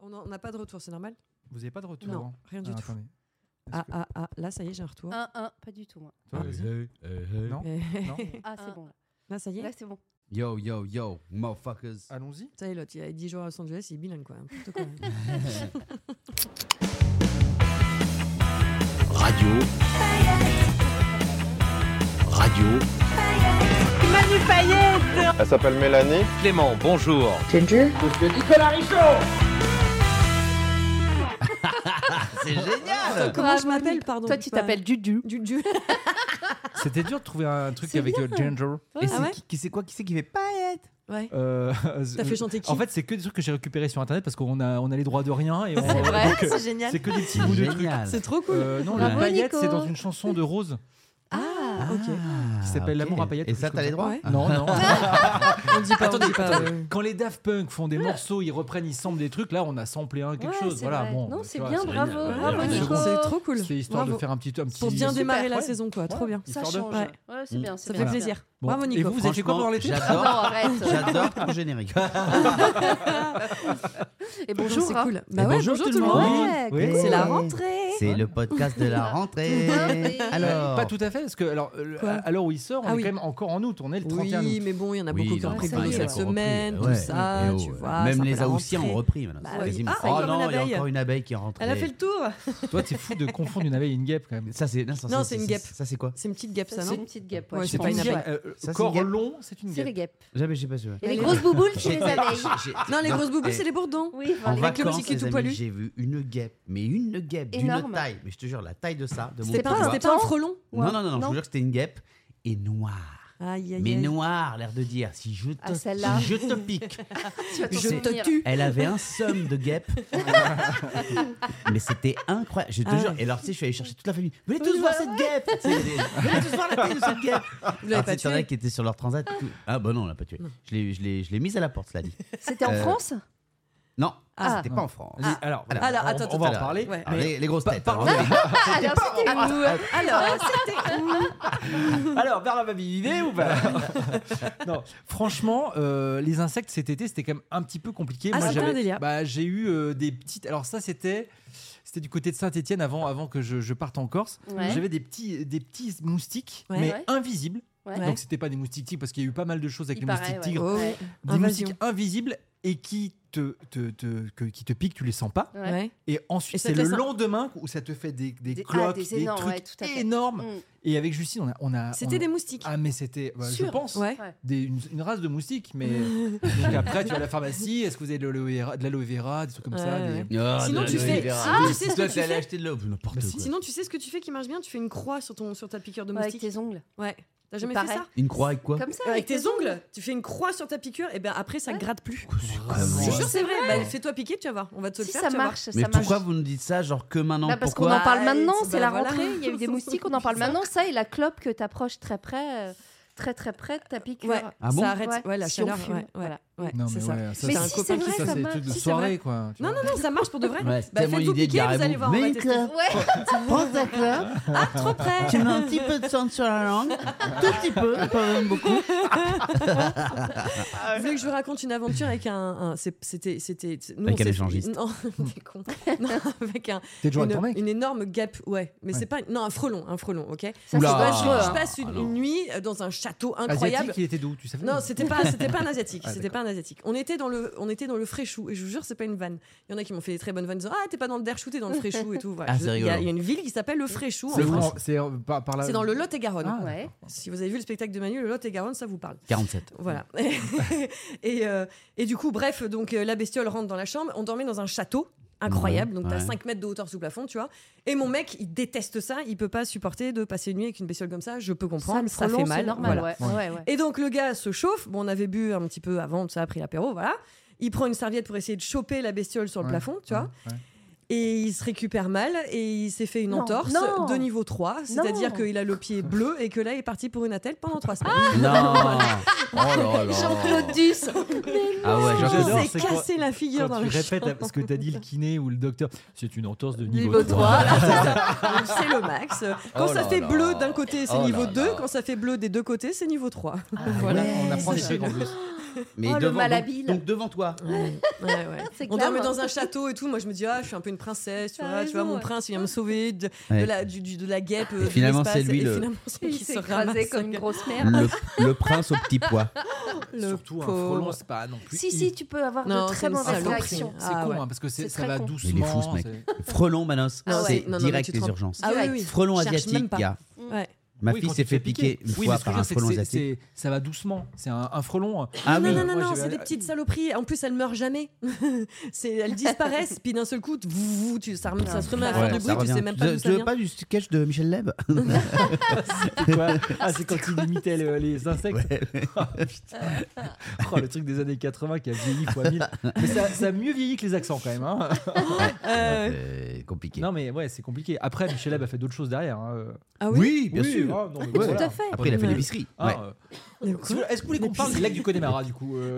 On en- on n'a pas de retour, c'est normal Vous n'avez pas de retour Non, rien du Ah, tout. attendez. Est-ce Ah, que- ah, ah, là, ça y est, j'ai un retour. Un, un, pas du tout, moi. Ah, Toi, vas-y. Non. Non. Ah, c'est Un. bon. Là, Là, ça y Là, est. c'est bon. Yo, yo, yo, motherfuckers. Allons-y. Ça y est, l'autre, il y a 10 jours à Los Angeles, il est bilingue, quoi. N'importe quoi. Radio. Radio. Elle s'appelle Mélanie. Clément, bonjour. C'est génial Comment je m'appelle, pardon Toi, tu Pas- t'appelles Dudu. du, du- Ah. C'était dur de trouver un truc avec euh, Ginger. Et c'est ouais qui, qui c'est quoi Qui c'est qui fait paillettes Ouais. Euh, T'as fait chanter qui En fait, c'est que des trucs que j'ai récupérés sur internet parce qu'on a, on a les droits de rien. et on- vrai, donc, euh, C'est génial. C'est que des petits bouts de trucs. Génial. C'est trop cool. Euh, non, Bravo, les paillettes, Nico. c'est dans une chanson de Rose. Ah, Ah, ok. Qui s'appelle ok. L'amour à paillettes, Et quelque ça, chose t'as les comme droits Ouais. Non, non. On dit pas, on dit pas. ouais. Quand les Daft Punk font des morceaux, ils reprennent, ils samplent des trucs. Là, on a samplé un quelque Ouais, chose. c'est Voilà. vrai. Bon, non, bah, c'est tu vois, bien, c'est bravo. génial. Bravo, Ouais, Nico. C'est trop cool. C'est histoire Bravo. de faire un petit, un petit Pour bien c'est- démarrer la ouais. saison, quoi. Trop bien. Ça Histoire de- change. Ouais. Ouais, c'est bien. Ça c'est fait bien. plaisier. Bon. Bravo, Et Nico. vous, vous étiez quoi pendant l'été Ah non, J'adore. arrête. J'adore ton générique. Et Bonjour, bonjour. c'est hein. cool. Bah ouais, bonjour tout le monde. monde. Ouais, Oui. C'est la rentrée. C'est le podcast de la rentrée. Alors, Pas tout à fait, parce que alors, le- Quoi à l'heure où il sort, on Ah est oui. quand même encore en août. On est le 31 Oui, août. mais bon, il y en a Oui, beaucoup qui ils ont ont repris repris, pareil ils cette ont repris. semaine, tout Ouais. ça, Eh oh, tu ouais. vois. Même ça fait les la Aoussiens rentrée. ont repris. voilà. Bah C'est oui. quasiment- Ah, Oh encore non, une il y a abeille. encore une abeille qui est rentrée. Elle a fait le tour. Toi, t'es fou de confondre une abeille et une guêpe quand même. Ça, c'est non, ça, Non, c'est une guêpe. Ça, c'est quoi C'est une petite guêpe, ça, C'est une non petite guêpe. Ouais, je c'est pas pense. une abeille. Ouais. Euh, Ça, c'est corps une guêpe. long, c'est une C'est les guêpes. guêpes. Jamais, j'ai pas su. Il y a les grosses bouboules chez les abeilles. Non, les grosses bouboules, Eh, c'est les bourdons. Oui, En Avec le voilà. petit vacances, cul les tout amis, poilu. j'ai vu une guêpe, mais une guêpe d'une Énorme. taille. Mais je te jure, la taille de ça, de mon C'était petit pas, un- doigt. c'était pas un frelon Non, non, non, non, je Non. vous jure que c'était une guêpe et noire. Aïe, aïe, Mais aïe. noire, l'air de dire, si je te, Ah, celle-là. si je te pique. Tu vas t'en Je souvenir. te tue. Elle avait un somme de guêpe. mais c'était incroyable. Je te Ah jure. ouais. Et alors, tu sais, je suis allé chercher toute la famille. Venez tous voir cette guêpe. Tu sais, Venez tous voir la taille de cette guêpe. Vous Alors, l'avez pas tu sais, t'en as tué qui étaient sur leur transat. et tout. Ah, bah non, on l'a pas tué. Non. Je l'ai- je l'ai je l'ai mise à la porte, cela dit. C'était en Euh, France Non, Ah. c'était pas en France. Les- Alors, Alors, voilà, attends, on, on va en attends. parler. Ouais. Alors, les, les grosses Pa- têtes. pardon. alors, on- Ah, alors c'était où Alors, c'était Alors, vers la babylidée ou pas Non, franchement, euh, les insectes cet été, c'était quand même un petit peu compliqué. Ah, c'était un j'avais- délire. bah, j'ai eu euh, des petites. Alors ça, c'était. C'était du côté de Saint-Étienne avant, avant que je, je parte en Corse. Ouais. J'avais des petits, des petits moustiques, Ouais. mais Ouais. invisibles. Ouais. Donc c'était pas des moustiques tigres parce qu'il y a eu pas mal de choses avec Il les paraît, moustiques ouais. tigres. Oh, Ouais. Des Invasion. moustiques invisibles et qui te, te, te- que- qui te piquent, tu les sens pas. Ouais. Ouais. Et Et ensuite, ça c'est te le laisse un- lendemain où ça te fait des, des, Des- ah, cloques, des des, énormes, trucs ouais, tout à fait. énormes. Mm. Et avec Justine, on a. On a on C'était a- des moustiques. Ah, mais c'était. bah, je Sûr. pense. Ouais. Des, une, une race de moustiques, mais. Donc après, tu vas à la pharmacie, est-ce que vous avez de l'aloe vera, de l'aloe vera, des trucs comme ça Ouais, des- ouais. Ah, Sinon, de tu l'aloe fais- vera. sinon, tu sais ce que Toi, tu t'es allé fais. acheter de l'eau. N'importe Bah, quoi. si, Sinon, tu sais ce que tu fais qui marche bien Tu fais une croix sur, ton, sur ta piqûre de Ouais, Avec moustique. tes ongles. Ouais. T'as jamais Pareil. fait ça Une croix avec quoi Comme ça. Avec tes ongles, tu fais une croix sur ta piqûre, et bien après, ça gratte plus. Ah, Ouais. C'est sûr, c'est vrai. Bah, Fais-toi piquer, tu vas voir. On va te le Si faire. ça tu vas voir. marche, Mais ça marche. pourquoi vous nous dites ça, genre que maintenant Bah, parce qu'on Pourquoi en parle Bah, maintenant, c'est- c'est bah, la voilà. rentrée, il y a eu des moustiques, on en parle maintenant. Ça et la clope que t'approches très près, euh, très très près de ta piqûre. Ouais. Ah bon ça arrête. Ouais, la si on chaleur. fume, ouais, ouais, voilà. ouais, Non, c'est mais ça. ouais, ça, Mais c'est- si, c'est ça, vrai, c'est ça des marche. trucs de Si, c'est soirée, quoi. tu Non, vois. non, non, ça marche pour de vrai. Ouais, c'est Bah, tellement Faites-vous l'idée de piquer, vous Gary allez voir. on va Monk. tester. Ouais. Prends ta clope, Ah, trop près. tu mets un petit peu de sang sur la langue, tout petit peu, pas même beaucoup. Vous voulez que je vous raconte une aventure avec un. un- c'est- C'était. c'était- nous, Avec on un s'est- échangiste. Non, t'es con. Non, avec un. T'es toujours avec ton une, mec une énorme gap, ouais. Mais Ouais. c'est pas. Non, un frelon, un frelon, ok Ça, c'est Oula. pas je, chaud, je hein. passe une, Ah non. une nuit euh, dans un château incroyable. Asiatique, il était d'où Tu savais Non, c'était pas, c'était pas un asiatique. Ah, c'était pas un asiatique. On était dans le, on était dans le fréchou. Et je vous jure, c'est pas une vanne. Il y en a qui m'ont fait des très bonnes vannes. en disant, ah, t'es pas dans le Derchou, t'es dans le fréchou et tout. Voilà. Ah, Je- c'est il y, a- rigolo. il y a une ville qui s'appelle le fréchou. en C'est où, France. en- C'est euh, par par là. C'est dans le Lot-et-Garonne. Ah. hein. Ouais. Si vous avez vu le spectacle de Manu, le Lot-et-Garonne, ça vous parle. 47. Voilà. et, euh, et du coup, bref, donc euh, la bestiole rentre dans la chambre. On dormait dans un château incroyable. Ouais, donc t'as ouais. 5 mètres de hauteur sous plafond, tu vois. Et mon mec, il déteste ça. Il peut pas supporter de passer une nuit avec une bestiole comme ça. Je peux Ça, comprendre. le Ça, frelon, fait c'est mal. normal. voilà. ouais. Ouais, ouais. Et donc le gars se chauffe. Bon, on avait bu un petit peu avant, ça a pris l'apéro, voilà. Il prend une serviette pour essayer de choper la bestiole sur le Ouais, plafond, tu vois. ouais. Et il se récupère mal et il s'est fait une Non, entorse non. de niveau 3, c'est-à-dire Non. qu'il a le pied bleu et que là il est parti pour une attelle pendant 3 semaines. Non Oh là là Jean-Claude Duss. Ah ouais, J'adore, Jean-Claude. Il s'est c'est quoi- cassé la figure Quand dans tu la répètes chambre. ce que t'as dit le kiné ou le docteur, c'est une entorse de niveau, Niveau 3. 3. Donc, c'est le max. Quand Oh ça là fait là. bleu d'un côté, c'est Oh niveau là 2. là. Quand ça fait bleu des deux côtés, c'est niveau 3. Voilà, Ah, on apprend ça, des c'est trucs en plus. Mais Oh, le devant, donc, malhabile. donc devant toi. Ouais, ouais, ouais. C'est On grave, dormait hein. dans un château et tout. Moi, je me dis, ah, je suis un peu une princesse, tu T'as vois. Tu vois, raison, mon ouais. prince, il vient me sauver de, Ouais. de la, du, du- de la guêpe. euh, de finalement, c'est l'espace. lui Et le- finalement, c'est lui Il qui se s'est écrasé ramasse. comme une grosse merde. Le, le prince au petit poids. Le Surtout un pauvre. frelon, c'est pas non plus. Si, si, tu peux avoir Non, de c'est très une mauvaises saloperie. réactions. C'est Ah con, ouais. hein, parce que c'est- C'est ça très va con. doucement. Il est fou, ce mec. c'est- Frelon, Manos, Ah ouais. c'est Non, non, mais direct tu te les rends- urgences. Ah oui, Direct. oui. Frelon Je cherche asiatique, même pas. gars. Ouais. Ma Oui, fille quand s'est tu te fait piquer une Oui, mais fois ce que je par veux un dire, c'est frelon que c'est- asiatique. c'est- ça va doucement. C'est un, un frelon. euh, Ah non, oui. non, non, Moi, non, j'ai- c'est des petites saloperies. En plus, elles meurent jamais. C'est- elles disparaissent, puis d'un seul coup, vous, vous, tu, ça, rem- ça se remet à Ouais, faire du ça bruit, tu sais revient. même Tu- pas d'où tu ça veux vient. pas du sketch de Michel Leb C'est quoi Ah, c'est quand il imitait le- les insectes. Oh, putain. Oh, le truc des années 80 qui a vieilli fois 1000. Mais ça, ça a mieux vieilli que les accents quand même. hein. Euh, C'est compliqué. Non, mais ouais, c'est compliqué. Après, Michel Leb a fait d'autres choses derrière. hein. Ah oui, Oui, bien sûr. ah, non, mais Tout voilà. à fait. Après, il a fait Ouais. l'épicerie. Ah, Ouais. euh, Mais si quoi vous- Est-ce que vous voulez qu'on parle des lacs du Connemara du coup euh,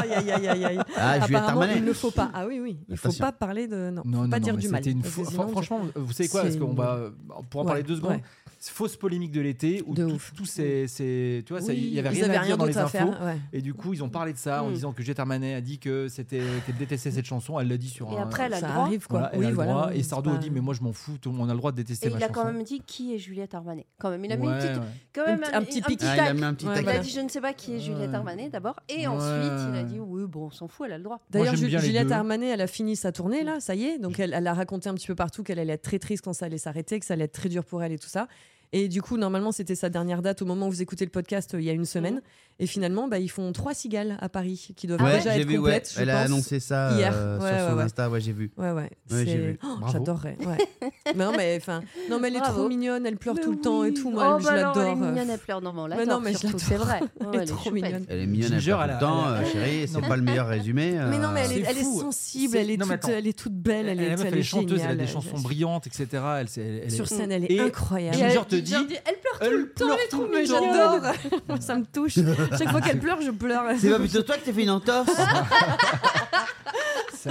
Aïe, aïe, aïe, aïe, aïe. Ah, Juliette Apparemment, Armanet. il ne faut pas. Ah oui, oui. Il ne faut Attention. pas parler de. Non, Non, faut non, pas non, dire mais du mal. c'était Une parce que fou- sinon, fran- Franchement, vous savez quoi c'est Parce qu'on une- va pour en parler Ouais, deux secondes. ouais. Fausse polémique de l'été où De tout- ouf. tous ces, ces- tu vois, ça, oui, il y avait ils rien avaient à dire dans les d'autre à infos. faire, Hmm. ouais. Et du coup, ils ont parlé de ça en Mm. disant que Juliette Armanet a dit que c'était qu'elle détestait cette chanson. Elle l'a dit sur Et un. après, elle a le Ça droit. arrive, quoi. Voilà, elle oui, a le voilà. Bah, droit. oui, et c'est Sardou pas- a dit mais moi je m'en fous, tout le monde a le droit de détester Et ma il a chanson. quand même dit qui est Juliette Armanet. Quand même, il a mis Ouais, une petite, ouais. quand même Un petit pic. Ah, il a tac. mis un petit Ouais, Il a voilà. tac. dit je ne sais pas qui est Juliette Ouais. Armanet d'abord, et Ouais. ensuite il a dit oui bon on s'en fout, elle a le droit. D'ailleurs, Moi, j'aime Ju- bien les Juliette deux. Armanet, elle a fini sa tournée, là, ça y est. Donc, elle, elle a raconté un petit peu partout qu'elle allait être très triste quand ça allait s'arrêter, que ça allait être très dur pour elle et tout ça. Et du coup, normalement, c'était sa dernière date au moment où vous écoutez le podcast euh, il y a une semaine. Et finalement, bah, ils font trois cigales à Paris qui doivent Ouais, déjà j'ai être vu, ouais. complètes. je Elle a pense. annoncé ça Hier. euh, Ouais, sur ouais, son ouais. Insta. Ouais, j'ai vu. Ouais, ouais. Ouais, j'ai c'est- vu. Oh, Bravo. J'adorerais. Ouais. mais non, mais, enfin, non, mais elle est Bravo. trop mignonne, elle pleure Mais tout le temps et oui. tout. Moi, Oh, je bah alors, l'adore. euh. Elle est mignonne, elle pleure. Non, mais on Mais non, mais l'adore, je surtout, l'adore. c'est vrai. Ouais, Elle est est trop chouette. mignonne. Elle est mignonne, Ginger, elle elle a- a temps, elle a- euh, chérie, Non, c'est mais- pas le meilleur résumé. Mais non, mais elle C'est est, elle est fou. sensible, C'est- elle est, non, mais toute, attends. elle est toute belle, elle est, La meuf, elle est chanteuse, elle a géniale, des elle- chansons brillantes, etc. Elle, c'est- elle- elle est- Sur scène, elle est Et- incroyable. Et elle- Ginger te Ginger dit- Elle pleure tout elle le temps, pleure elle est trop tout le temps. mignonne. J'adore, ça me touche. Chaque fois qu'elle pleure, je pleure. C'est pas plutôt toi que t'as fait une entorse c'est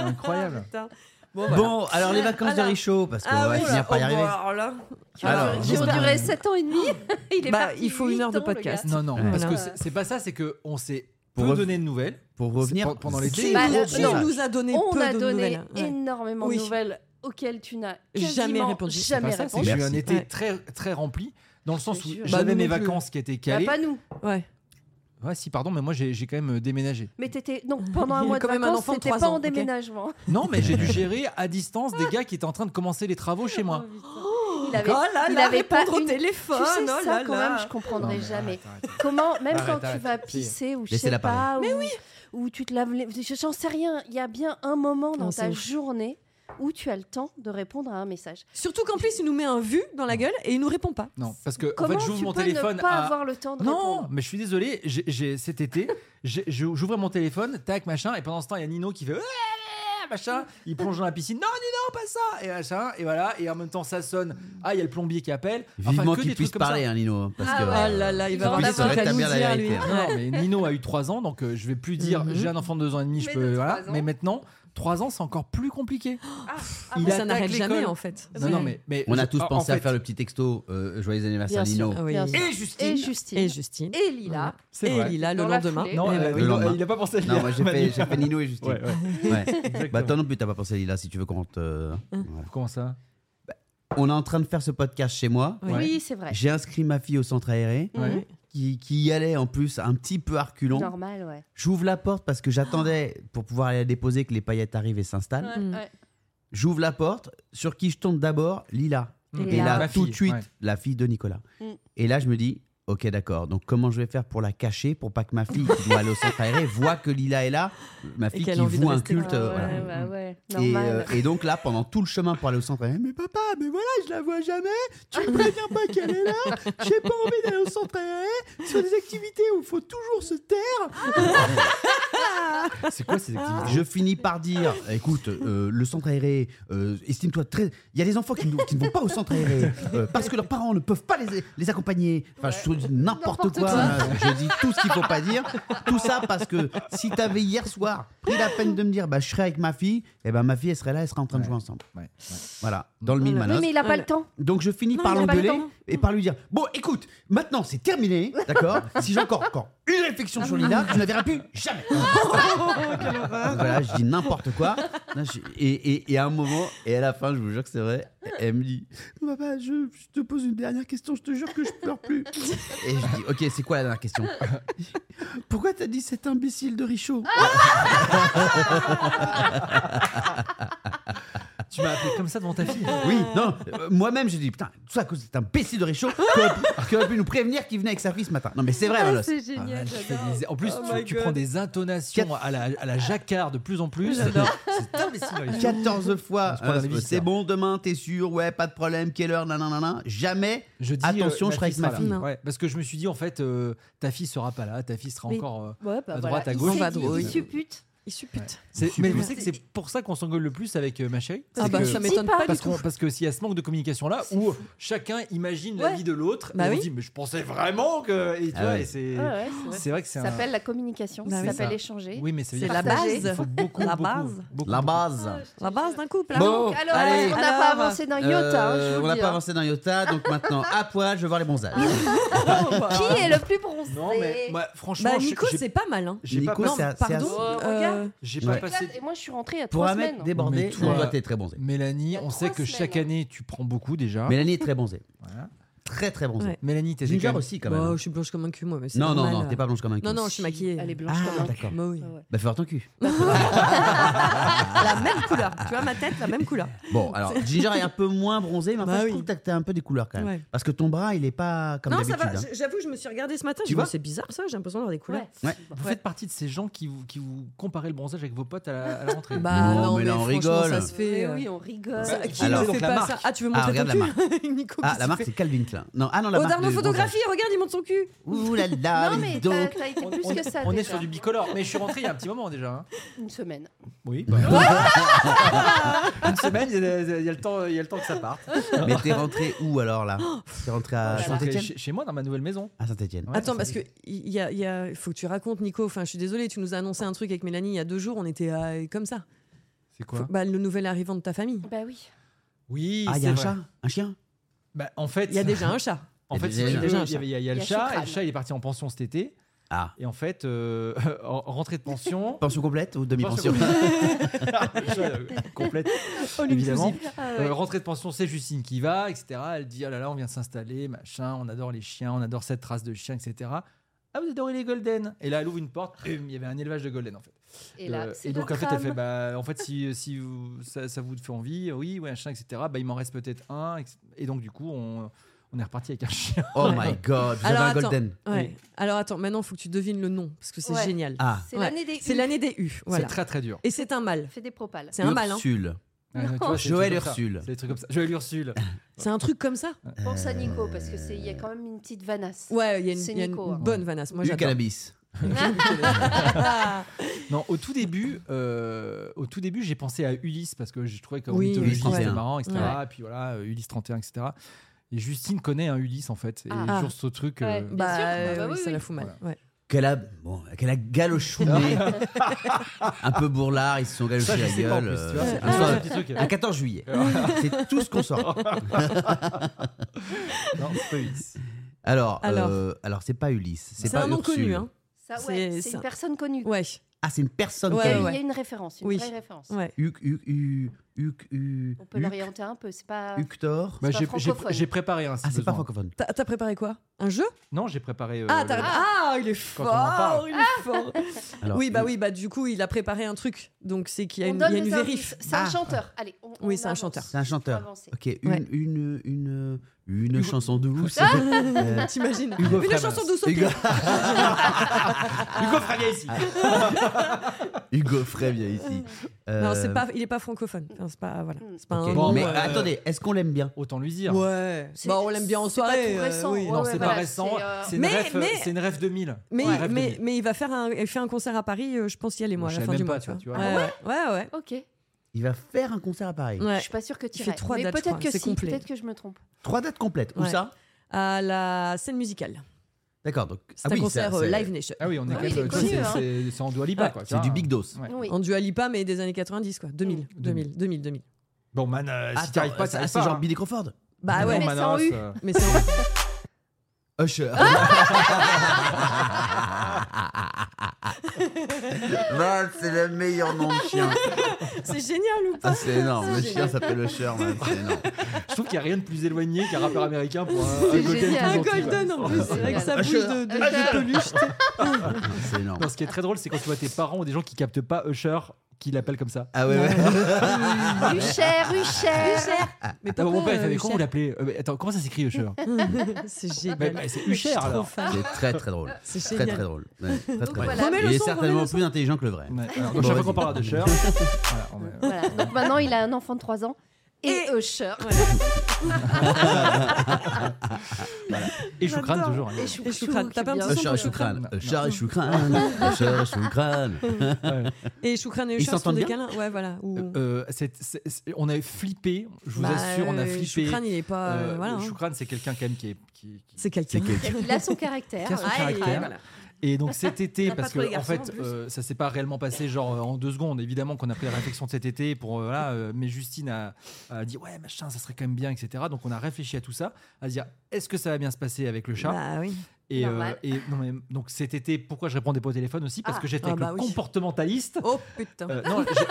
incroyable. Putain. Bon, alors les vacances de Alors- Richaud, parce qu'on Ah va oui, finir par y oh, arriver. bon, alors là. Qui ont- Alors, qui ont j'espère- duré 7 ans et demi. Il est Bah, parti il faut une huit heure de ans, le podcast. Non, non, Ouais. parce que Voilà. c'est- c'est pas ça, c'est qu'on s'est Pour peu rev- donné de nouvelles. Ah, Pour revenir pen- pendant l'été. c'est Bah, gros euh, message. Il nous a donné gars. On peu a de donné nouvelles. hein. ouais. énormément Oui. de nouvelles auxquelles tu n'as Jamais quasiment répondu. C'est Pas Jamais ça, c'est que répondu. j'ai eu un Merci. été Ouais. très très rempli dans le sens où jure. Bah, j'avais nous mes non plus. vacances qui étaient Bah, calées. pas nous. Ouais. Ouais, si pardon, mais moi j'ai j'ai quand même euh, déménagé. Mais t'étais donc pendant Il un y a mois de quand même un vacances, enfant de t'étais trois pas ans, en ok. déménagement. Non, mais j'ai dû gérer à distance des gars qui étaient en train de commencer les travaux chez moi. Oh, Il avait, là il avait pas répondre une- au téléphone. tu sais oh ça là quand là. même, je comprendrai Non, mais jamais. arrête, arrête. Comment, même Arrête, quand tu arrête, vas si. pisser ou je Laissez-la sais pas, parler. ou, ou tu te laves les... je- J'en sais rien, il y a bien un moment Non, dans c'est ta ouf. journée où tu as le temps de répondre à un message. Surtout qu'en plus, il nous met un vu dans la gueule et il nous répond pas. Non, parce que en Comment fait, j'ouvre tu mon peux téléphone ne pas à avoir le temps de Non, répondre mais je suis désolé, j'ai- j'ai- cet été, j'ai- je- j'ouvrais mon téléphone, tac, machin, et pendant ce temps, il y a Nino qui fait Ouais, machin, il plonge dans la piscine, non, Nino, pas ça, et machin, et voilà, et en même temps, ça sonne, ah, il y a le plombier qui appelle, Vivement enfin, que qu'il des puisse trucs comme parler, ça. hein, Lino. Parce Ah que, ouais. Ah là là, il va Il avoir va des trucs à nous rétablir la dire, lui. vérité. Non, Ouais. mais Nino a eu 3 ans, donc euh, je vais plus dire, Mhm. j'ai un enfant de 2 ans et demi, je Mais peux, de voilà, trois ans. mais maintenant, 3 ans, c'est encore plus compliqué. ah il Mais Ça attaque n'arrête jamais l'école. en fait. Non, non, mais, mais On a je- tous en- en pensé à fait, faire le petit texto euh, Joyeux anniversaire, Bien sûr. Lino. Ah oui. Bien sûr. Et Justine Et Justine. Et Justine. Et Lila. C'est Et vrai. Lila le Dans la lendemain. foulée. Non, Eh euh, ben oui. Le il, a- lendemain. il a pas pensé à Non, lire. moi j'ai fait, j'ai fait Nino et Justine. Ouais, ouais, Ouais. exactement. Bah toi non plus, t'as pas pensé à Lila si tu veux qu'on rentre. euh, Hein. voilà. Comment ça On est en train de faire ce podcast chez moi. Oui. Ouais. Oui, c'est vrai. J'ai inscrit ma fille au centre aéré, Mhm. Ouais. qui, qui y allait en plus un petit peu à reculons. Normal, ouais. J'ouvre la porte parce que j'attendais pour pouvoir aller la déposer que les paillettes arrivent et s'installent. Ouais, Mm. ouais. J'ouvre la porte, sur qui je tombe d'abord Lila. Mhm. Et, Et là, Ma tout fille, de suite, ouais. la fille de Nicolas. Mm. Et là, je me dis, ok, d'accord. Donc, comment je vais faire pour la cacher, pour pas que ma fille qui doit aller au centre aéré voit que Lila est là, ma fille qu'elle qui a envie de voue un rester. culte. Ah euh, ouais, voilà. bah ouais, Et, normal. euh, et donc là, pendant tout le chemin pour aller au centre aéré, mais papa, mais voilà, je la vois jamais, tu me préviens pas qu'elle est là, j'ai pas envie d'aller au centre aéré, sur des activités où il faut toujours se taire. C'est quoi ces activités Je finis par dire, écoute, euh, le centre aéré, euh, estime-toi très... Il y a des enfants qui, ne- qui ne vont pas au centre aéré euh, parce que leurs parents ne peuvent pas les, les accompagner. Enfin, je tout, n'importe N'importe quoi. quoi. euh, je dis tout ce qu'il faut pas dire. Tout ça parce que si t'avais hier soir pris la peine de me dire, bah, je serais avec ma fille, et ben ma fille, elle serait là, elle serait en train de jouer ensemble. Ouais, ouais. Voilà, dans le mille Voilà. manos. Oui, mais il a pas le temps. Donc je finis Non, par il a pas le l'engueuler temps. et par lui dire Bon, écoute, maintenant c'est terminé, d'accord Si j'ai encore, encore une Ah réflexion sur Lina, tu ne la verras plus jamais. Oh, Donc voilà, je dis n'importe quoi. Là, je- et, et- et à un moment, et à la fin, je vous jure que c'est vrai, elle me dit Papa, je, je te pose une dernière question, je te jure que je pleure plus. Et je dis Ok, c'est quoi la dernière question Pourquoi t'as dit cet imbécile de Richaud Tu m'as appelé comme ça devant ta fille. Oui, non, euh, moi-même j'ai dit putain, tout ça à cause de cet imbécile de Richaud qui aurait pu- qui aurait pu nous prévenir qu'il venait avec sa fille ce matin. Non mais c'est vrai, Manos. C'est Ah, génial, tu fais j'adore. des- En plus, Oh tu, my tu God. prends des intonations à la, à la jacquard de plus en plus. J'adore. C'est imbécile dans les films. 14 Ah, fois. On se prend euh, dans les c'est visiteurs. bon, demain, t'es sûr, ouais, pas de problème, quelle heure, nanana. Jamais. Je dis, euh, Attention, je serai avec sera ma là. fille. Non. Ouais, parce que je me suis dit, en fait, euh, ta fille sera pas là, ta fille sera Mais- encore. euh, Ouais, bah À voilà, droite, à il gauche, sait à qu'il- droite. Il suppute. Il suppute. c'est- Super. Mais vous savez que c'est pour ça qu'on s'engueule le plus avec euh, ma chérie Ah C'est bah que- ça m'étonne pas du Parce, qu'on- tout. parce que s'il y a ce manque de communication là C'est où chacun imagine la Ouais. vie de l'autre, Bah et on oui. dit mais je pensais vraiment que et tu Ah vois, ouais. et c'est Ouais, ouais, c'est vrai. c'est vrai que c'est Ça un- s'appelle la communication, Bah ça oui. s'appelle Ça. échanger. Oui mais ça veut C'est dire la Partager. base. Il faut beaucoup, La beaucoup, base. beaucoup, La beaucoup. base. La base d'un couple. hein. Bon. Donc, alors, Allez. on n'a Alors. pas avancé d'un iota, hein, Euh, je vous on le n'a dis. pas hein. avancé d'un iota, donc maintenant à poil, je vais voir les bronzages. Ah, Qui est le plus bronzé Non mais moi, franchement, Bah j'ai- Nico, j'ai- c'est pas mal. hein. j'ai pas Nico, passé- Non, c'est assez- pardon. assez- euh, Regarde. j'ai Ouais. pas Quatre, passé Et moi, je suis rentrée il y a Pour trois un mec semaines. hein. débordé, Mais toi- on doit être très bronzé. Mélanie, Il y a on sait trois que semaines, chaque hein. année tu prends beaucoup déjà. Mélanie est très bronzée. Voilà. Très très bronzée. Ouais. Mélanie, Ah. t'es Ginger quand même- aussi quand même. Bah, je suis blanche comme un cul moi, mais c'est non, non, normal. non, t'es pas blanche comme un cul. Non, non, je suis maquillée. Elle est blanche Ah, comme un d'accord. Bah oui. Ah ouais. Bah fais voir ton cul. la même couleur. Tu vois ma tête, la même couleur. Bon, alors Ginger est un peu moins bronzée, mais en Bah oui. fait, je trouve que t'as- t'as un peu des couleurs quand même. Ouais. Parce que ton bras, il est pas comme non, d'habitude. ça va. hein. j- J'avoue, je me suis regardée ce matin. Tu je me vois dis, C'est bizarre ça. J'ai l'impression d'avoir des couleurs. Ouais. Ouais. Vous faites partie de ces gens qui vous, qui vous comparez le bronzage avec vos potes à la, à la rentrée. Bah Non, non, mais mais, là, on franchement, rigole. ça se fait. Mais euh, oui, on rigole. ça- Qui Alors, ne donc, fait la pas marque. ça Ah, tu veux Ah, montrer regarde la ton cul Nico, Ah, qu'est-ce la qu'il marque, fait c'est Calvin Klein. Non, ah non, la Oh, marque. Darnaud de photographie, regarde, il monte son cul. Ouh là là, Non, dis mais donc. t'as t'as été On, plus on- que ça. on est déjà. sur du bicolore, mais je suis rentré il y a un petit moment déjà. hein. Une semaine. Oui. bah. Une semaine, il y, a- il y a le temps, il y a le temps que ça parte. Mais t'es rentré où alors là T'es rentré à je suis rentré Saint-Etienne chez, chez moi dans ma nouvelle maison. À Saint-Etienne. Ouais, Attends, ça parce fait- que il y a, il y a- il faut que tu racontes, Nico. Enfin, je suis désolée, tu nous as annoncé un truc avec Mélanie il y a deux jours. On était euh, comme ça. C'est quoi Bah, le nouvel arrivant de ta famille. Bah oui. Oui, Ah, il y c'est a un vrai. chat Un chien Bah, en fait, Il y a déjà un chat. en Il y a fait, si déjà tu un veux, il y chat. avait- il y a, il y a le Il y a chat, et le Choukran. chat il est parti en pension cet été. Ah. Et en fait, euh, en- rentrée de pension. Pension complète ou demi-pension Pension complète. complète, évidemment. Ah ouais. Euh, rentrée de pension, c'est Justine qui va, etc. Elle dit Ah là là, on vient de s'installer, machin, on adore les chiens, on adore cette race de chien, etc. Ah, vous adorez les golden Et là, elle ouvre une porte, hum, il y avait un élevage de golden en fait. Et là, Euh, c'est donc le en fait, elle drame. fait Bah, en fait, si, si vous- ça, ça vous fait envie, oui, ouais, un chien, etc. Bah, il m'en reste peut-être un. etc. Et donc, du coup, on, on est reparti avec un chien. Oh my god, vous avez Alors, un attends. golden. Ouais. Oui. Alors attends, maintenant, il faut que tu devines le nom parce que c'est Ouais. génial. Ah, C'est Ouais. l'année des. C'est U. l'année des U. Voilà. C'est très très dur. Et c'est un mâle. Fait des propales. C'est un mâle. hein. Ursule. Ouais, tu vois, c'est des Joël trucs comme ça. Ursule. C'est des trucs comme ça. Joël Ursule. C'est un truc comme ça. Pense Euh, à Nico parce que c'est il y a quand même une petite vanasse. Ouais, il y a une, C'est il y a une Nico, hein. bonne vanasse. Moi, Du j'adore. cannabis. Non, au tout début, euh, au tout début, j'ai pensé à Ulysse parce que je trouvais que Oui, mythologie Ulysse c'était 31. marrant, etc. Ouais. Et puis voilà, euh, Ulysse 31, etc. Et Justine connaît un Ulysse en fait. Et Ah. sur ce truc, euh, Ouais. Bah, sûr. euh, Bah oui, oui, ça oui. la fout mal. Ouais. Qu'elle a, bon, qu'elle a galochouné. un peu bourlard, ils se sont ça, galochés je la sais pas en gueule. plus, euh, tu vois, c'est un soir- un petit truc. le 14 juillet. C'est tout ce qu'on sort. Non, c'est pas Ulysse. Alors, Alors. euh, alors c'est pas Ulysse. C'est pas un nom Ursule. connu. Hein. Ça, C'est- ouais, c'est c'est un- une personne connue. Ouais. Ah, c'est une personne Ouais, Il y a- connue. Il y a une référence, une Oui. vraie référence. Ouais. Huc, huc, huc, huc, huc, On peut huc, l'orienter un peu, c'est pas. Huctor. Bah, pas j'ai- j'ai- francophone. J'ai préparé un. si Ah, c'est pas besoin. francophone. T'as t'as préparé quoi Un jeu Non, j'ai préparé. euh, Ah, t'as- le- ah, il est Quand on en parle. fort, il est fort. Alors, oui, bah Huc- oui, bah du coup, il a préparé un truc. Donc c'est qu'il y a on une, il donne y a une les vérif. indices. C'est un Ah. chanteur. Allez, on, Oui, on c'est un avance. chanteur. C'est un chanteur. Avancez. Ok, une, Ouais. une, une, une, Hugo- Ah, chanson douce. Euh, T'imagines Hugo Une Framas. chanson douce au Hugo, pied. Hugo Ah, Fraga ici. Hugo Frey vient ici. Non, Euh, c'est pas, il est pas francophone. Enfin, c'est pas, voilà. Hmm. C'est pas ok. un. Bon, nom, mais euh, euh, attendez, est-ce qu'on l'aime bien Autant lui dire. Ouais. C'est- Bah, on l'aime bien en c'est pas soirée. tout euh, récent. oui. Ouais, Non, ouais, c'est pas voilà, récent. c'est, euh, C'est une, Mais- rêve, mais- c'est une rêve 2000. Mais, Une rêve mais, 2000. mais il va faire un, il fait un concert à Paris, euh, je pense y aller moi, Je à la fin savais même du pas, mois. toi, tu vois. tu vois. ouais, ouais, ouais. Ok. Il va faire un concert à Paris. Ouais. Je suis pas sûre que tu Il fait rêves, trois mais dates, je peut-être crois, que c'est si, complet. peut-être que je me trompe. Trois dates complètes. Où Ouais. ça À la scène musicale. D'accord, donc. ah C'est un concert euh, Live Nation. Ah oui, on est Ah quand oui, même. il est tu connu, sais, hein. c'est- C'est en Dua Lipa, Ouais. quoi. tu C'est vois. du big dos. Ouais. Oui. En Dua Lipa, mais des années 90, quoi. 2000, Mmh. 2000, 2000, 2000. Bon, man, euh, si Attends, t'y arrives pas, ah, ça c'est genre Billy Crawford. Bah ouais, mais c'est en euh, U. mais c'est en- Usher. Val, c'est le meilleur nom de chien. c'est génial ou Ah, pas c'est énorme. Le chien s'appelle Usher, man. C'est énorme. Je trouve qu'il n'y a rien de plus éloigné qu'un rappeur américain pour un, C'est un Golden génial. tout Un gentil, Ah, quoi. Ah, golden en plus, avec sa bouche Usher. de, de- Usher. de peluche. C'est énorme. Non, ce qui est très drôle, c'est quand tu vois tes parents ou des gens qui captent pas Usher, qui l'appellent comme ça. Ah ouais, ouais. Rucher, Rucher. Mais Ah, papa, bon, mon père, il euh, savait comment on l'appelait Euh, mais Attends, comment ça s'écrit Usher Usher. C'est Bah, génial. bah, C'est Je suis Usher trop alors. fan. C'est très très drôle. C'est Très très génial. drôle. Ouais, très, très drôle. voilà. Remets le Il est son, remets certainement le son. plus intelligent que le vrai. Ouais, alors, Bon, donc, chaque fois vas-y. Euh, qu'on parlera de Usher, voilà, on va- Voilà. Donc maintenant, il a un enfant de 3 ans et Et- Usher. et Choukran J'adore. toujours. hein. Et Et Choukran. Choukran. T'as pas un petit Usher son et pour Choukran. Non, non. Usher et Choukran. Usher et Choukran. Et euh, Choukran et Ils Usher se font s'entendent des bien câlins Ouais, voilà. ou- Euh, c'est- c'est- c'est- on avait flippé, je vous Bah, assure, on a euh, flippé. Choukran, il est pas. euh, Euh, voilà. hein. Choukran, c'est quelqu'un quand même qui est. qui- qui- C'est C'est quelqu'un. quelqu'un. Il a son caractère. Qui a son Ouais, caractère. ouais, voilà. Et donc cet été, T'as pas parce trop les que en garçons, fait, en plus. euh, ça s'est pas réellement passé genre euh, en deux secondes. Évidemment qu'on a pris la réflexion de cet été pour euh, voilà, euh, mais Justine a, a dit ouais machin, ça serait quand même bien, etc. Donc on a réfléchi à tout ça, à se dire est-ce que ça va bien se passer avec le chat Bah oui. et, euh, normal. et non, mais, donc cet été, pourquoi je répondais pas au téléphone aussi parce Ah. que j'étais Ah, avec bah oui. le comportementaliste. Oh putain. Euh, non, j'ai-